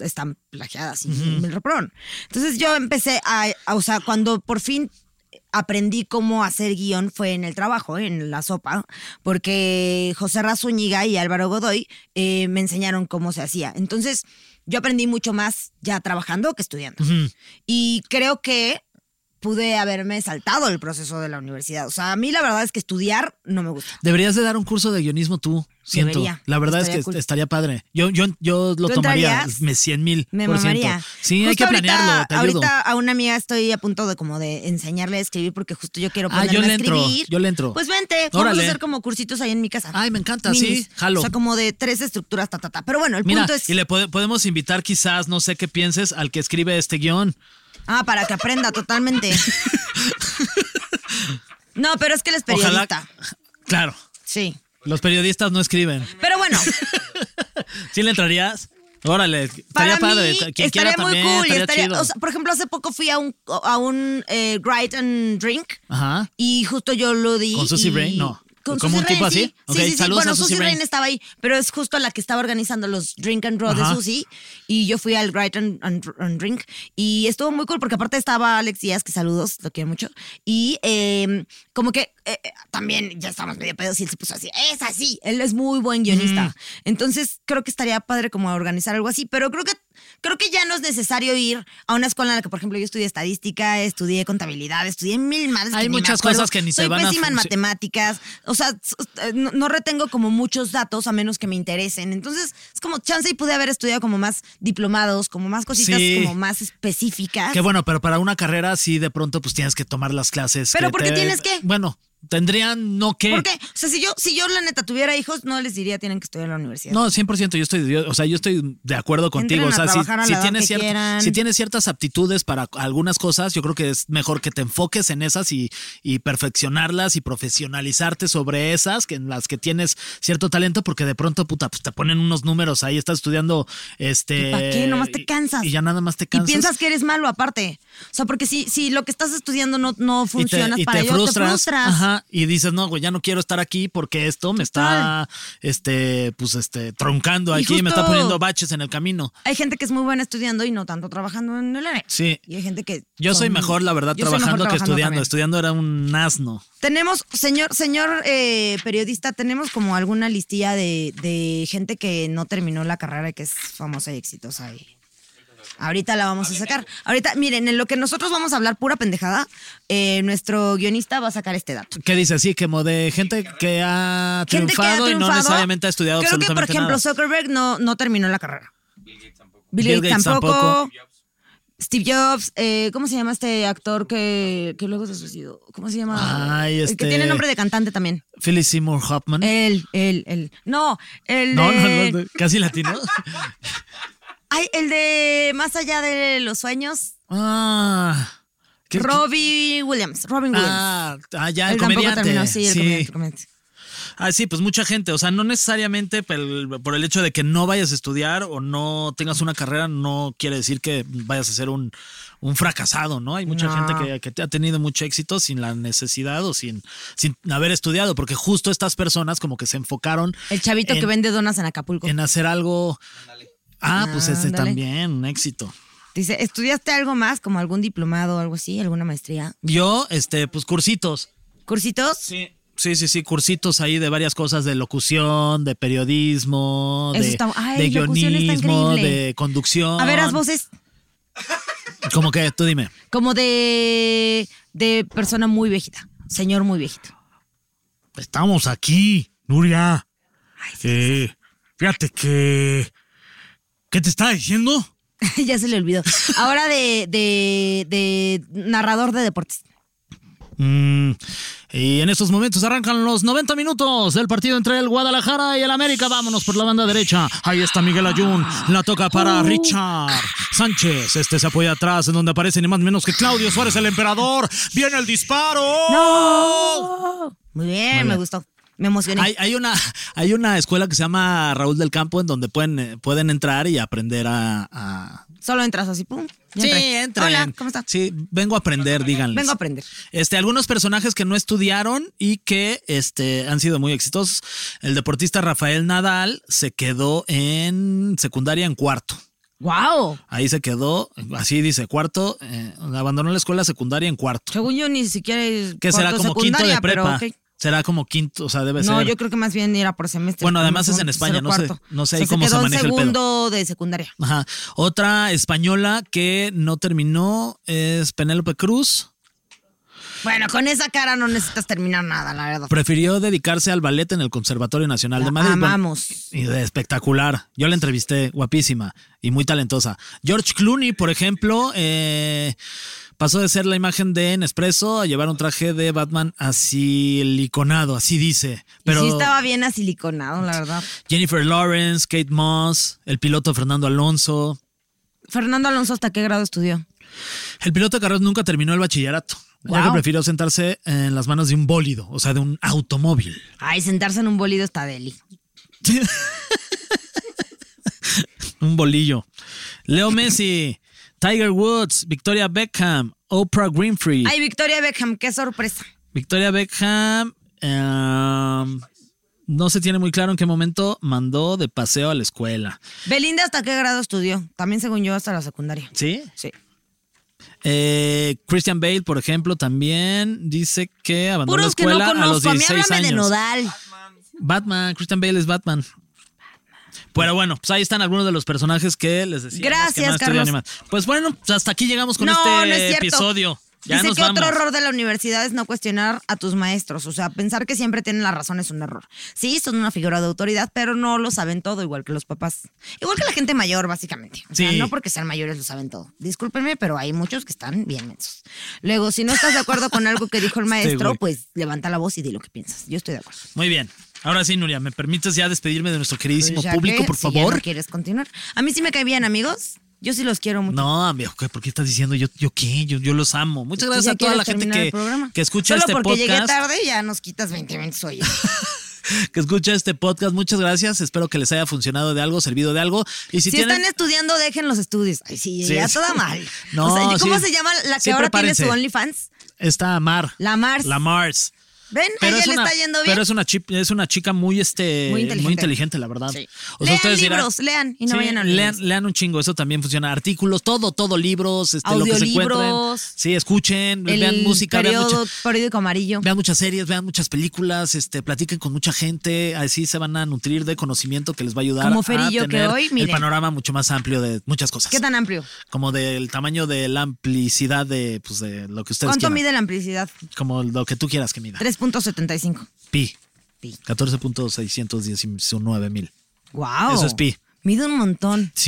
[SPEAKER 3] están plagiadas y me lo reprobaron. Entonces yo empecé a, a- o sea, cuando por fin aprendí cómo hacer guión fue en el trabajo, ¿eh? en la sopa, porque José Razúñiga y Álvaro Godoy eh, me enseñaron cómo se hacía. Entonces yo aprendí mucho más ya trabajando que estudiando. Y creo que pude haberme saltado el proceso de la universidad. O sea, a mí la verdad es que estudiar no me gusta.
[SPEAKER 4] Deberías de dar un curso de guionismo tú, siento.
[SPEAKER 3] Debería.
[SPEAKER 4] La verdad es
[SPEAKER 3] Estaría
[SPEAKER 4] que
[SPEAKER 3] cool.
[SPEAKER 4] estaría padre. Yo, yo, yo lo
[SPEAKER 3] ¿Tú
[SPEAKER 4] tomaría
[SPEAKER 3] entrarías?
[SPEAKER 4] me 100 mil.
[SPEAKER 3] Me
[SPEAKER 4] por ciento.
[SPEAKER 3] mamaría.
[SPEAKER 4] Sí, hay
[SPEAKER 3] Justo
[SPEAKER 4] que planearlo,
[SPEAKER 3] Ahorita,
[SPEAKER 4] te ayudo.
[SPEAKER 3] ahorita a una amiga estoy a punto de como de enseñarle a escribir porque justo yo quiero
[SPEAKER 4] Ah,
[SPEAKER 3] ponerme
[SPEAKER 4] yo le
[SPEAKER 3] a
[SPEAKER 4] entro,
[SPEAKER 3] escribir.
[SPEAKER 4] yo le entro.
[SPEAKER 3] Pues vente, vamos
[SPEAKER 4] Órale.
[SPEAKER 3] a hacer como cursitos ahí en mi casa.
[SPEAKER 4] Ay, me encanta, sí, jalo.
[SPEAKER 3] O sea, como de tres estructuras, ta, ta, ta. Pero bueno, el
[SPEAKER 4] Mira,
[SPEAKER 3] punto es.
[SPEAKER 4] y le pode- podemos invitar quizás, no sé qué pienses, al que escribe este guión.
[SPEAKER 3] Ah, para que aprenda totalmente.
[SPEAKER 4] *laughs*
[SPEAKER 3] no, pero es que él es
[SPEAKER 4] Ojalá.
[SPEAKER 3] periodista.
[SPEAKER 4] *laughs* Claro,
[SPEAKER 3] Sí.
[SPEAKER 4] los periodistas no escriben. *laughs*
[SPEAKER 3] Pero bueno,
[SPEAKER 4] ¿Sí le entrarías? Órale,
[SPEAKER 3] para
[SPEAKER 4] estaría padre.
[SPEAKER 3] mí
[SPEAKER 4] Quien quiera
[SPEAKER 3] estaría muy
[SPEAKER 4] también,
[SPEAKER 3] cool. y
[SPEAKER 4] estaría,
[SPEAKER 3] estaría-
[SPEAKER 4] chido.
[SPEAKER 3] o sea, por ejemplo, hace poco fui a un, a un eh, Write and Drink.
[SPEAKER 4] Ajá.
[SPEAKER 3] Y justo yo lo di.
[SPEAKER 4] ¿Con Susie
[SPEAKER 3] y-
[SPEAKER 4] Brain? No.
[SPEAKER 3] Con
[SPEAKER 4] ¿Como
[SPEAKER 3] Susie
[SPEAKER 4] un tipo así?
[SPEAKER 3] Brain, Sí,
[SPEAKER 4] Ok,
[SPEAKER 3] sí, sí, sí.
[SPEAKER 4] saludos
[SPEAKER 3] Bueno,
[SPEAKER 4] a Susie
[SPEAKER 3] Susie Brain
[SPEAKER 4] Brain.
[SPEAKER 3] estaba ahí, pero es justo la que estaba organizando los Drink and Draw
[SPEAKER 4] Ajá.
[SPEAKER 3] de Susie. Y yo fui al Write and, and- and Drink. Y estuvo muy cool porque aparte estaba Alex Díaz, que saludos, lo quiero mucho. Y eh, como que eh, eh, también ya estamos medio pedos y él se puso así. Es así. Él es muy buen guionista. Entonces creo que estaría padre como organizar algo así, pero creo que. Creo que ya no es necesario ir a una escuela en la que, por ejemplo, yo estudié estadística, estudié contabilidad, estudié mil madres
[SPEAKER 4] Hay
[SPEAKER 3] que ni me
[SPEAKER 4] muchas
[SPEAKER 3] acuerdo.
[SPEAKER 4] cosas que ni se
[SPEAKER 3] Soy
[SPEAKER 4] van a
[SPEAKER 3] pésima en
[SPEAKER 4] funci-
[SPEAKER 3] matemáticas. O sea, s- eh, no, no retengo como muchos datos a menos que me interesen. Entonces, es como chance y pude haber estudiado como más diplomados, como más cositas
[SPEAKER 4] Sí.
[SPEAKER 3] como más específicas.
[SPEAKER 4] Qué bueno, pero para una carrera sí de pronto pues tienes que tomar las clases.
[SPEAKER 3] Pero
[SPEAKER 4] que
[SPEAKER 3] ¿por qué
[SPEAKER 4] te-
[SPEAKER 3] tienes que?
[SPEAKER 4] Bueno, tendrían no que.
[SPEAKER 3] Porque, o sea, si yo, si yo la neta tuviera hijos, no les diría tienen que estudiar en la universidad.
[SPEAKER 4] No, 100% yo estoy, yo- o sea, yo estoy de acuerdo contigo.
[SPEAKER 3] Entren
[SPEAKER 4] O sea,
[SPEAKER 3] a
[SPEAKER 4] si,
[SPEAKER 3] trabajar a la
[SPEAKER 4] si
[SPEAKER 3] edad
[SPEAKER 4] tienes
[SPEAKER 3] que
[SPEAKER 4] cier-
[SPEAKER 3] quieran.
[SPEAKER 4] si tienes ciertas aptitudes para algunas cosas, yo creo que es mejor que te enfoques en esas y, y perfeccionarlas y profesionalizarte sobre esas, que en las que tienes cierto talento, porque de pronto, puta, pues te ponen unos números ahí, estás estudiando este...
[SPEAKER 3] ¿Y pa' qué? Nomás te
[SPEAKER 4] y-
[SPEAKER 3] cansas.
[SPEAKER 4] Y, ya nada más te
[SPEAKER 3] Y
[SPEAKER 4] cansas.
[SPEAKER 3] piensas que eres malo aparte. O sea, porque si, si lo que estás estudiando no, no
[SPEAKER 4] y te-
[SPEAKER 3] funciona
[SPEAKER 4] y
[SPEAKER 3] para
[SPEAKER 4] te
[SPEAKER 3] ellos, te frustras.
[SPEAKER 4] Ajá, y dices, no, güey, ya no quiero estar aquí porque esto me está, este, pues, este, troncando
[SPEAKER 3] Y
[SPEAKER 4] aquí, me está
[SPEAKER 3] justo-
[SPEAKER 4] poniendo baches en el camino.
[SPEAKER 3] Hay gente que es muy buena estudiando y no tanto trabajando en el área.
[SPEAKER 4] Sí.
[SPEAKER 3] Y hay gente que.
[SPEAKER 4] Yo soy
[SPEAKER 3] son-
[SPEAKER 4] mejor, la verdad,
[SPEAKER 3] Yo soy mejor
[SPEAKER 4] trabajando que estudiando.
[SPEAKER 3] también.
[SPEAKER 4] Estudiando era un asno.
[SPEAKER 3] Tenemos, señor, señor eh, periodista, tenemos como alguna listilla de, de gente que no terminó la carrera y que es famosa y exitosa. y- Ahorita la vamos a sacar. Ahorita, miren, en lo que nosotros vamos a hablar pura pendejada, eh, nuestro guionista va a sacar este dato.
[SPEAKER 4] ¿Qué dice? Sí, como de gente que ha triunfado,
[SPEAKER 3] gente que ha
[SPEAKER 4] y no
[SPEAKER 3] triunfado,
[SPEAKER 4] necesariamente ha estudiado
[SPEAKER 3] Creo que, por
[SPEAKER 4] absolutamente
[SPEAKER 3] ejemplo,
[SPEAKER 4] nada.
[SPEAKER 3] Zuckerberg no, no terminó la carrera. Bill
[SPEAKER 4] Bill
[SPEAKER 3] Gates
[SPEAKER 4] Gates
[SPEAKER 3] tampoco.
[SPEAKER 4] tampoco.
[SPEAKER 3] Steve Jobs, eh, ¿cómo se llama este actor que, que luego se suicidó? ¿Cómo se llama?
[SPEAKER 4] Ay,
[SPEAKER 3] El
[SPEAKER 4] este-
[SPEAKER 3] que tiene nombre de cantante también.
[SPEAKER 4] Philip Seymour Hoffman.
[SPEAKER 3] El, el, el. No, el
[SPEAKER 4] no, no,
[SPEAKER 3] de.
[SPEAKER 4] no, no, casi
[SPEAKER 3] *laughs*
[SPEAKER 4] latino.
[SPEAKER 3] Ay, el de Más allá de los sueños.
[SPEAKER 4] ah, ¿qué-
[SPEAKER 3] Robbie Williams. Robin Williams.
[SPEAKER 4] Ah, ah, ya, el
[SPEAKER 3] Él tampoco
[SPEAKER 4] comediante.
[SPEAKER 3] terminó, sí, el
[SPEAKER 4] sí.
[SPEAKER 3] comediante, comediante.
[SPEAKER 4] Ah, sí, pues mucha gente. O sea, no necesariamente pel- por el hecho de que no vayas a estudiar o no tengas una carrera, no quiere decir que vayas a ser un, un fracasado, ¿no? Hay mucha
[SPEAKER 3] No.
[SPEAKER 4] gente que, que te ha tenido mucho éxito sin la necesidad o sin, sin haber estudiado, porque justo estas personas como que se enfocaron
[SPEAKER 3] El chavito
[SPEAKER 4] En-
[SPEAKER 3] que vende donas en Acapulco.
[SPEAKER 4] en hacer algo. Ah, pues ese
[SPEAKER 3] Ándale.
[SPEAKER 4] también, un éxito.
[SPEAKER 3] Dice, ¿estudiaste algo más? Como algún diplomado o algo así, alguna maestría.
[SPEAKER 4] Yo, este, pues cursitos.
[SPEAKER 3] ¿Cursitos?
[SPEAKER 4] Sí. Sí, sí, sí, cursitos ahí de varias cosas, de locución, de periodismo,
[SPEAKER 3] Eso
[SPEAKER 4] de,
[SPEAKER 3] está- ay,
[SPEAKER 4] de
[SPEAKER 3] locución está
[SPEAKER 4] guionismo,
[SPEAKER 3] increíble.
[SPEAKER 4] de conducción.
[SPEAKER 3] A ver, haz voces
[SPEAKER 4] Como que tú dime.
[SPEAKER 3] como de, de persona muy viejita. Señor muy viejito. *laughs*
[SPEAKER 2] Estamos aquí, Nuria. Eh, fíjate que. ¿Qué te estaba diciendo?
[SPEAKER 3] ya se le olvidó. Ahora de, de, de narrador de deportes.
[SPEAKER 4] Mm, y en estos momentos arrancan los 90 minutos del partido entre el Guadalajara y el América. Vámonos por la banda derecha. Ahí está Miguel Ayun. La toca para
[SPEAKER 3] Uh.
[SPEAKER 4] Richard Sánchez. Este se apoya atrás, en donde aparece ni más ni menos que Claudio Suárez, el emperador. Viene el disparo.
[SPEAKER 3] ¡No! Muy bien, me gustó. Me emocioné.
[SPEAKER 4] Hay, hay una, hay una escuela que se llama Raúl del Campo en donde pueden, eh, pueden entrar y aprender a. a-
[SPEAKER 3] Solo entras así, pum. ya entré.
[SPEAKER 4] entren.
[SPEAKER 3] Hola, ¿cómo estás?
[SPEAKER 4] Sí, vengo a aprender, díganles.
[SPEAKER 3] Vengo a aprender.
[SPEAKER 4] Este, algunos personajes que no estudiaron y que este, han sido muy exitosos. El deportista Rafael Nadal se quedó en secundaria en cuarto.
[SPEAKER 3] ¡Wow!
[SPEAKER 4] Ahí se quedó, así dice, cuarto, eh, abandonó la escuela secundaria en cuarto.
[SPEAKER 3] Según yo, ni siquiera. es
[SPEAKER 4] Que será
[SPEAKER 3] cuarto
[SPEAKER 4] como quinto de
[SPEAKER 3] secundaria, pero
[SPEAKER 4] prepa.
[SPEAKER 3] ok.
[SPEAKER 4] Será como quinto, o sea, debe
[SPEAKER 3] No,
[SPEAKER 4] ser.
[SPEAKER 3] yo creo que más bien era por semestre.
[SPEAKER 4] Bueno,
[SPEAKER 3] como
[SPEAKER 4] además es
[SPEAKER 3] son
[SPEAKER 4] en España,
[SPEAKER 3] cero
[SPEAKER 4] no sé-
[SPEAKER 3] cuarto.
[SPEAKER 4] no sé
[SPEAKER 3] O sea,
[SPEAKER 4] ahí cómo se
[SPEAKER 3] quedó en
[SPEAKER 4] maneja el pedo.
[SPEAKER 3] segundo de secundaria.
[SPEAKER 4] Ajá. Otra española que no terminó es Penélope Cruz.
[SPEAKER 3] Bueno, con esa cara no necesitas terminar nada, la verdad.
[SPEAKER 4] Prefirió dedicarse al ballet en el Conservatorio Nacional de
[SPEAKER 3] La
[SPEAKER 4] Madrid. Bueno,
[SPEAKER 3] amamos.
[SPEAKER 4] y de espectacular. Yo la entrevisté, guapísima y muy talentosa. George Clooney, por ejemplo, eh, pasó de ser la imagen de Nespresso a llevar un traje de Batman así liconado, así dice. Pero
[SPEAKER 3] Y sí estaba bien asiliconado, la verdad.
[SPEAKER 4] Jennifer Lawrence, Kate Moss, el piloto Fernando Alonso.
[SPEAKER 3] Fernando Alonso, ¿hasta qué grado estudió?
[SPEAKER 4] El piloto de carreras nunca terminó el bachillerato. Ya
[SPEAKER 3] Wow.
[SPEAKER 4] que prefirió sentarse en las manos de un bólido, o sea, de un automóvil.
[SPEAKER 3] Ay, sentarse en un bolido está deli.
[SPEAKER 4] *laughs* un bolillo. Leo Messi, Tiger Woods, Victoria Beckham, Oprah Winfrey.
[SPEAKER 3] Ay, Victoria Beckham, qué sorpresa.
[SPEAKER 4] Victoria Beckham. em, no se tiene muy claro en qué momento mandó de paseo a la escuela.
[SPEAKER 3] Belinda, ¿hasta qué grado estudió? También, según yo, hasta la secundaria.
[SPEAKER 4] ¿Sí?
[SPEAKER 3] Sí.
[SPEAKER 4] Eh, Christian Bale, por ejemplo, también dice que abandonó la
[SPEAKER 3] Puros que no
[SPEAKER 4] escuela a los
[SPEAKER 3] conozco. A, mí
[SPEAKER 4] 16
[SPEAKER 3] háblame
[SPEAKER 4] años.
[SPEAKER 3] de Nodal.
[SPEAKER 4] Batman, Christian Bale es Batman. Pero bueno, pues ahí están algunos de los personajes que les decía.
[SPEAKER 3] Gracias, Carlos.
[SPEAKER 4] Pues bueno, pues hasta aquí llegamos con
[SPEAKER 3] No,
[SPEAKER 4] este
[SPEAKER 3] no es cierto.
[SPEAKER 4] episodio. Ya
[SPEAKER 3] Dice
[SPEAKER 4] nos
[SPEAKER 3] que otro
[SPEAKER 4] vamos.
[SPEAKER 3] error de la universidad es no cuestionar a tus maestros. O sea, pensar que siempre tienen la razón es un error. Sí, son una figura de autoridad, pero no lo saben todo, igual que los papás. Igual que la gente mayor, básicamente. O sea,
[SPEAKER 4] Sí.
[SPEAKER 3] no porque sean mayores lo saben todo. Discúlpenme, pero hay muchos que están bien mensos. Luego, si no estás de acuerdo con algo
[SPEAKER 4] *laughs*
[SPEAKER 3] que dijo el maestro,
[SPEAKER 4] Este güey.
[SPEAKER 3] pues levanta la voz y di lo que piensas. Yo estoy de acuerdo.
[SPEAKER 4] Muy bien. Ahora sí, Nuria, ¿me permites ya despedirme de nuestro queridísimo
[SPEAKER 3] Pues ya
[SPEAKER 4] público,
[SPEAKER 3] que,
[SPEAKER 4] por
[SPEAKER 3] si ya
[SPEAKER 4] favor?
[SPEAKER 3] no quieres continuar. A mí sí me cae bien, amigos. Yo sí los quiero mucho.
[SPEAKER 4] No, amigo, ¿qué? ¿por qué estás diciendo yo, yo qué? Yo, yo los amo. Muchas
[SPEAKER 3] ¿Tú Pues ya
[SPEAKER 4] gracias a toda
[SPEAKER 3] quieres
[SPEAKER 4] la gente
[SPEAKER 3] terminar el
[SPEAKER 4] que,
[SPEAKER 3] programa?
[SPEAKER 4] que escucha
[SPEAKER 3] Solo
[SPEAKER 4] este
[SPEAKER 3] porque llegué
[SPEAKER 4] podcast.
[SPEAKER 3] tarde ya nos quitas 20
[SPEAKER 4] *laughs*
[SPEAKER 3] minutos hoy.
[SPEAKER 4] Que escucha este podcast. Muchas gracias. Espero que les haya funcionado de algo, servido de algo. Y si,
[SPEAKER 3] Si
[SPEAKER 4] tienen.
[SPEAKER 3] están estudiando, dejen los estudios. Ay, sí,
[SPEAKER 4] Sí,
[SPEAKER 3] ya
[SPEAKER 4] sí.
[SPEAKER 3] toda
[SPEAKER 4] *laughs*
[SPEAKER 3] mal.
[SPEAKER 4] No,
[SPEAKER 3] O sea, ¿cómo
[SPEAKER 4] sí.
[SPEAKER 3] se llama la que
[SPEAKER 4] Sí,
[SPEAKER 3] ahora
[SPEAKER 4] prepárense.
[SPEAKER 3] tiene su OnlyFans?
[SPEAKER 4] Está Mar.
[SPEAKER 3] La Mars.
[SPEAKER 4] La Mars.
[SPEAKER 3] ¿Ven? A ella
[SPEAKER 4] es
[SPEAKER 3] le
[SPEAKER 4] una-
[SPEAKER 3] está yendo bien.
[SPEAKER 4] pero es una, chip, es una chica muy, este, muy,
[SPEAKER 3] Muy
[SPEAKER 4] inteligente.
[SPEAKER 3] inteligente.
[SPEAKER 4] la verdad.
[SPEAKER 3] Lean
[SPEAKER 4] dirán-
[SPEAKER 3] libros, lean y no
[SPEAKER 4] Sí,
[SPEAKER 3] vayan a
[SPEAKER 4] lean,
[SPEAKER 3] leer.
[SPEAKER 4] lean un chingo, eso también funciona. Artículos, todo, todo, libros, este, lo que se
[SPEAKER 3] Audiolibros.
[SPEAKER 4] encuentren. Sí, escuchen, vean música, vean
[SPEAKER 3] periodo-
[SPEAKER 4] mucha,
[SPEAKER 3] periódico amarillo.
[SPEAKER 4] Vean muchas series, vean muchas películas, este, platiquen con mucha gente, así se van a nutrir de conocimiento que les va a ayudar
[SPEAKER 3] Como
[SPEAKER 4] a
[SPEAKER 3] Ferillo
[SPEAKER 4] tener
[SPEAKER 3] que hoy,
[SPEAKER 4] el
[SPEAKER 3] miren.
[SPEAKER 4] panorama mucho más amplio de muchas cosas.
[SPEAKER 3] ¿Qué tan amplio?
[SPEAKER 4] Como del tamaño de la amplicidad de, pues, de lo que ustedes
[SPEAKER 3] ¿Cuánto
[SPEAKER 4] quieran.
[SPEAKER 3] mide la amplicidad?
[SPEAKER 4] Como lo que tú quieras que mida.
[SPEAKER 3] 3.75.
[SPEAKER 4] Pi.
[SPEAKER 3] Pi.
[SPEAKER 4] 14.619 mil.
[SPEAKER 3] Wow.
[SPEAKER 4] Eso es pi.
[SPEAKER 3] Mide un montón. *laughs*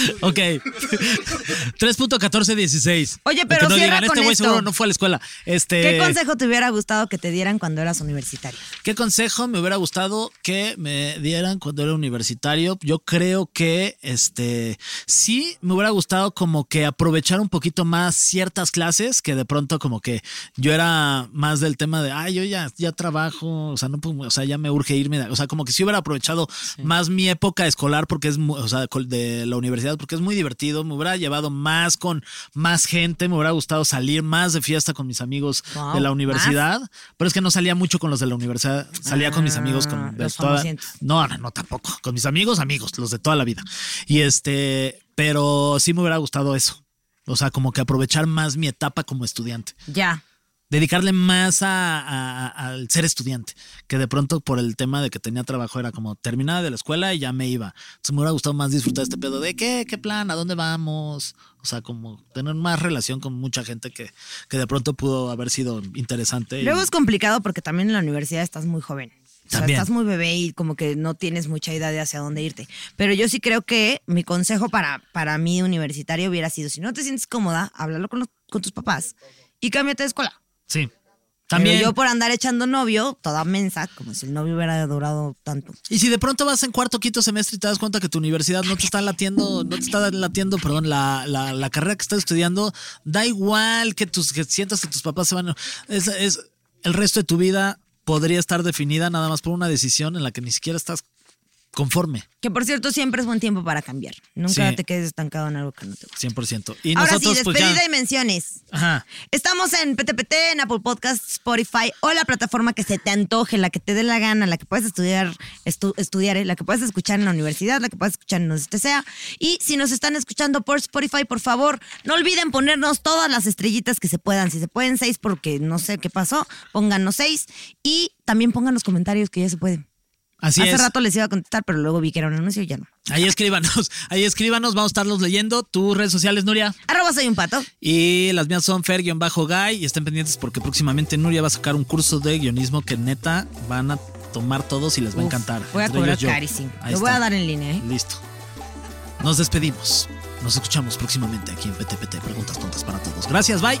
[SPEAKER 4] Sí. ok. 3.1416.
[SPEAKER 3] Oye,
[SPEAKER 4] Lo que
[SPEAKER 3] pero
[SPEAKER 4] no
[SPEAKER 3] cierra
[SPEAKER 4] digan,
[SPEAKER 3] con
[SPEAKER 4] este güey
[SPEAKER 3] esto".
[SPEAKER 4] seguro no fue a la escuela. Este,
[SPEAKER 3] ¿Qué consejo te hubiera gustado que te dieran cuando eras universitario?
[SPEAKER 4] ¿Qué consejo me hubiera gustado que me dieran cuando era universitario? Yo creo que este sí me hubiera gustado como que aprovechar un poquito más ciertas clases que de pronto como que yo era más del tema de ay yo ya, ya trabajo, o sea, no puedo- o sea, ya me urge irme, de- o sea, como que sí hubiera aprovechado más mi época escolar porque es mu- o sea, col- de la universidad porque es muy divertido, me hubiera llevado más con más gente, me hubiera gustado salir más de fiesta con mis amigos
[SPEAKER 3] Wow,
[SPEAKER 4] de la
[SPEAKER 3] ¿más?
[SPEAKER 4] universidad universidad, pero es que no salía mucho con los de la universidad, salía con mis amigos con de
[SPEAKER 3] Ah, los
[SPEAKER 4] toda,
[SPEAKER 3] famosientos.
[SPEAKER 4] no, no, no, tampoco, con mis amigos, amigos, los de toda la vida. Y este, pero sí me hubiera gustado eso. O sea, como que aprovechar más mi etapa como estudiante,
[SPEAKER 3] Ya.
[SPEAKER 4] dedicarle más a- a- a- al ser estudiante, que de pronto por el tema de que tenía trabajo era como terminaba de la escuela y ya me iba. Entonces me hubiera gustado más disfrutar este pedo de qué, qué plan, a dónde vamos. O sea, como tener más relación con mucha gente que, que de pronto pudo haber sido interesante. y-
[SPEAKER 3] Luego es complicado porque también en la universidad estás muy joven. O sea,
[SPEAKER 4] También.
[SPEAKER 3] estás muy bebé y como que no tienes mucha idea de hacia dónde irte. Pero yo sí creo que mi consejo para, para mí universitario hubiera sido, si no te sientes cómoda, háblalo con, los- con tus papás y cámbiate de escuela.
[SPEAKER 4] Sí.
[SPEAKER 3] Pero
[SPEAKER 4] También.
[SPEAKER 3] yo por andar echando novio, toda mensa, como si el novio hubiera durado tanto.
[SPEAKER 4] Y si de pronto vas en cuarto, quinto semestre y te das cuenta que tu universidad no te está latiendo, no te está latiendo, perdón, la, la, la carrera que estás estudiando, da igual que tus que sientas que tus papás se van. a- Es, es- el resto de tu vida podría estar definida nada más por una decisión en la que ni siquiera estás conforme,
[SPEAKER 3] Que por cierto, siempre es buen tiempo para cambiar. Nunca
[SPEAKER 4] Sí.
[SPEAKER 3] te quedes estancado en algo que no te gusta.
[SPEAKER 4] 100%. Y
[SPEAKER 3] Ahora
[SPEAKER 4] nosotros
[SPEAKER 3] sí,
[SPEAKER 4] pues ya-
[SPEAKER 3] despedida y menciones.
[SPEAKER 4] Ajá.
[SPEAKER 3] Estamos en PTPT, en Apple Podcasts, Spotify o la plataforma que se te antoje, la que te dé la gana, la que puedes estudiar, estu- estudiar, eh, la que puedes escuchar en la universidad, la que puedes escuchar en donde te sea. Y si nos están escuchando por Spotify, por favor, no olviden ponernos todas las estrellitas que se puedan. Si se pueden seis, porque no sé qué pasó, pónganos seis. Y también pongan los comentarios que ya se pueden.
[SPEAKER 4] Así
[SPEAKER 3] Hace
[SPEAKER 4] es.
[SPEAKER 3] rato les iba a contestar, pero luego vi que era un anuncio y ya no.
[SPEAKER 4] Ahí escríbanos, ahí escríbanos, vamos a estarlos leyendo. Tus redes sociales, Nuria.
[SPEAKER 3] Arroba soy un pato.
[SPEAKER 4] Y las mías son Fer-Guy y estén pendientes porque próximamente Nuria va a sacar un curso de guionismo que neta van a tomar todos y les va a
[SPEAKER 3] Uf,
[SPEAKER 4] encantar.
[SPEAKER 3] Voy a
[SPEAKER 4] Entre
[SPEAKER 3] cobrar
[SPEAKER 4] ellos yo.
[SPEAKER 3] carísimo.
[SPEAKER 4] Ahí
[SPEAKER 3] Lo voy a
[SPEAKER 4] está.
[SPEAKER 3] dar en línea, ¿eh?
[SPEAKER 4] Listo. Nos despedimos. Nos escuchamos próximamente aquí en PTPT. Preguntas tontas para todos. Gracias, bye.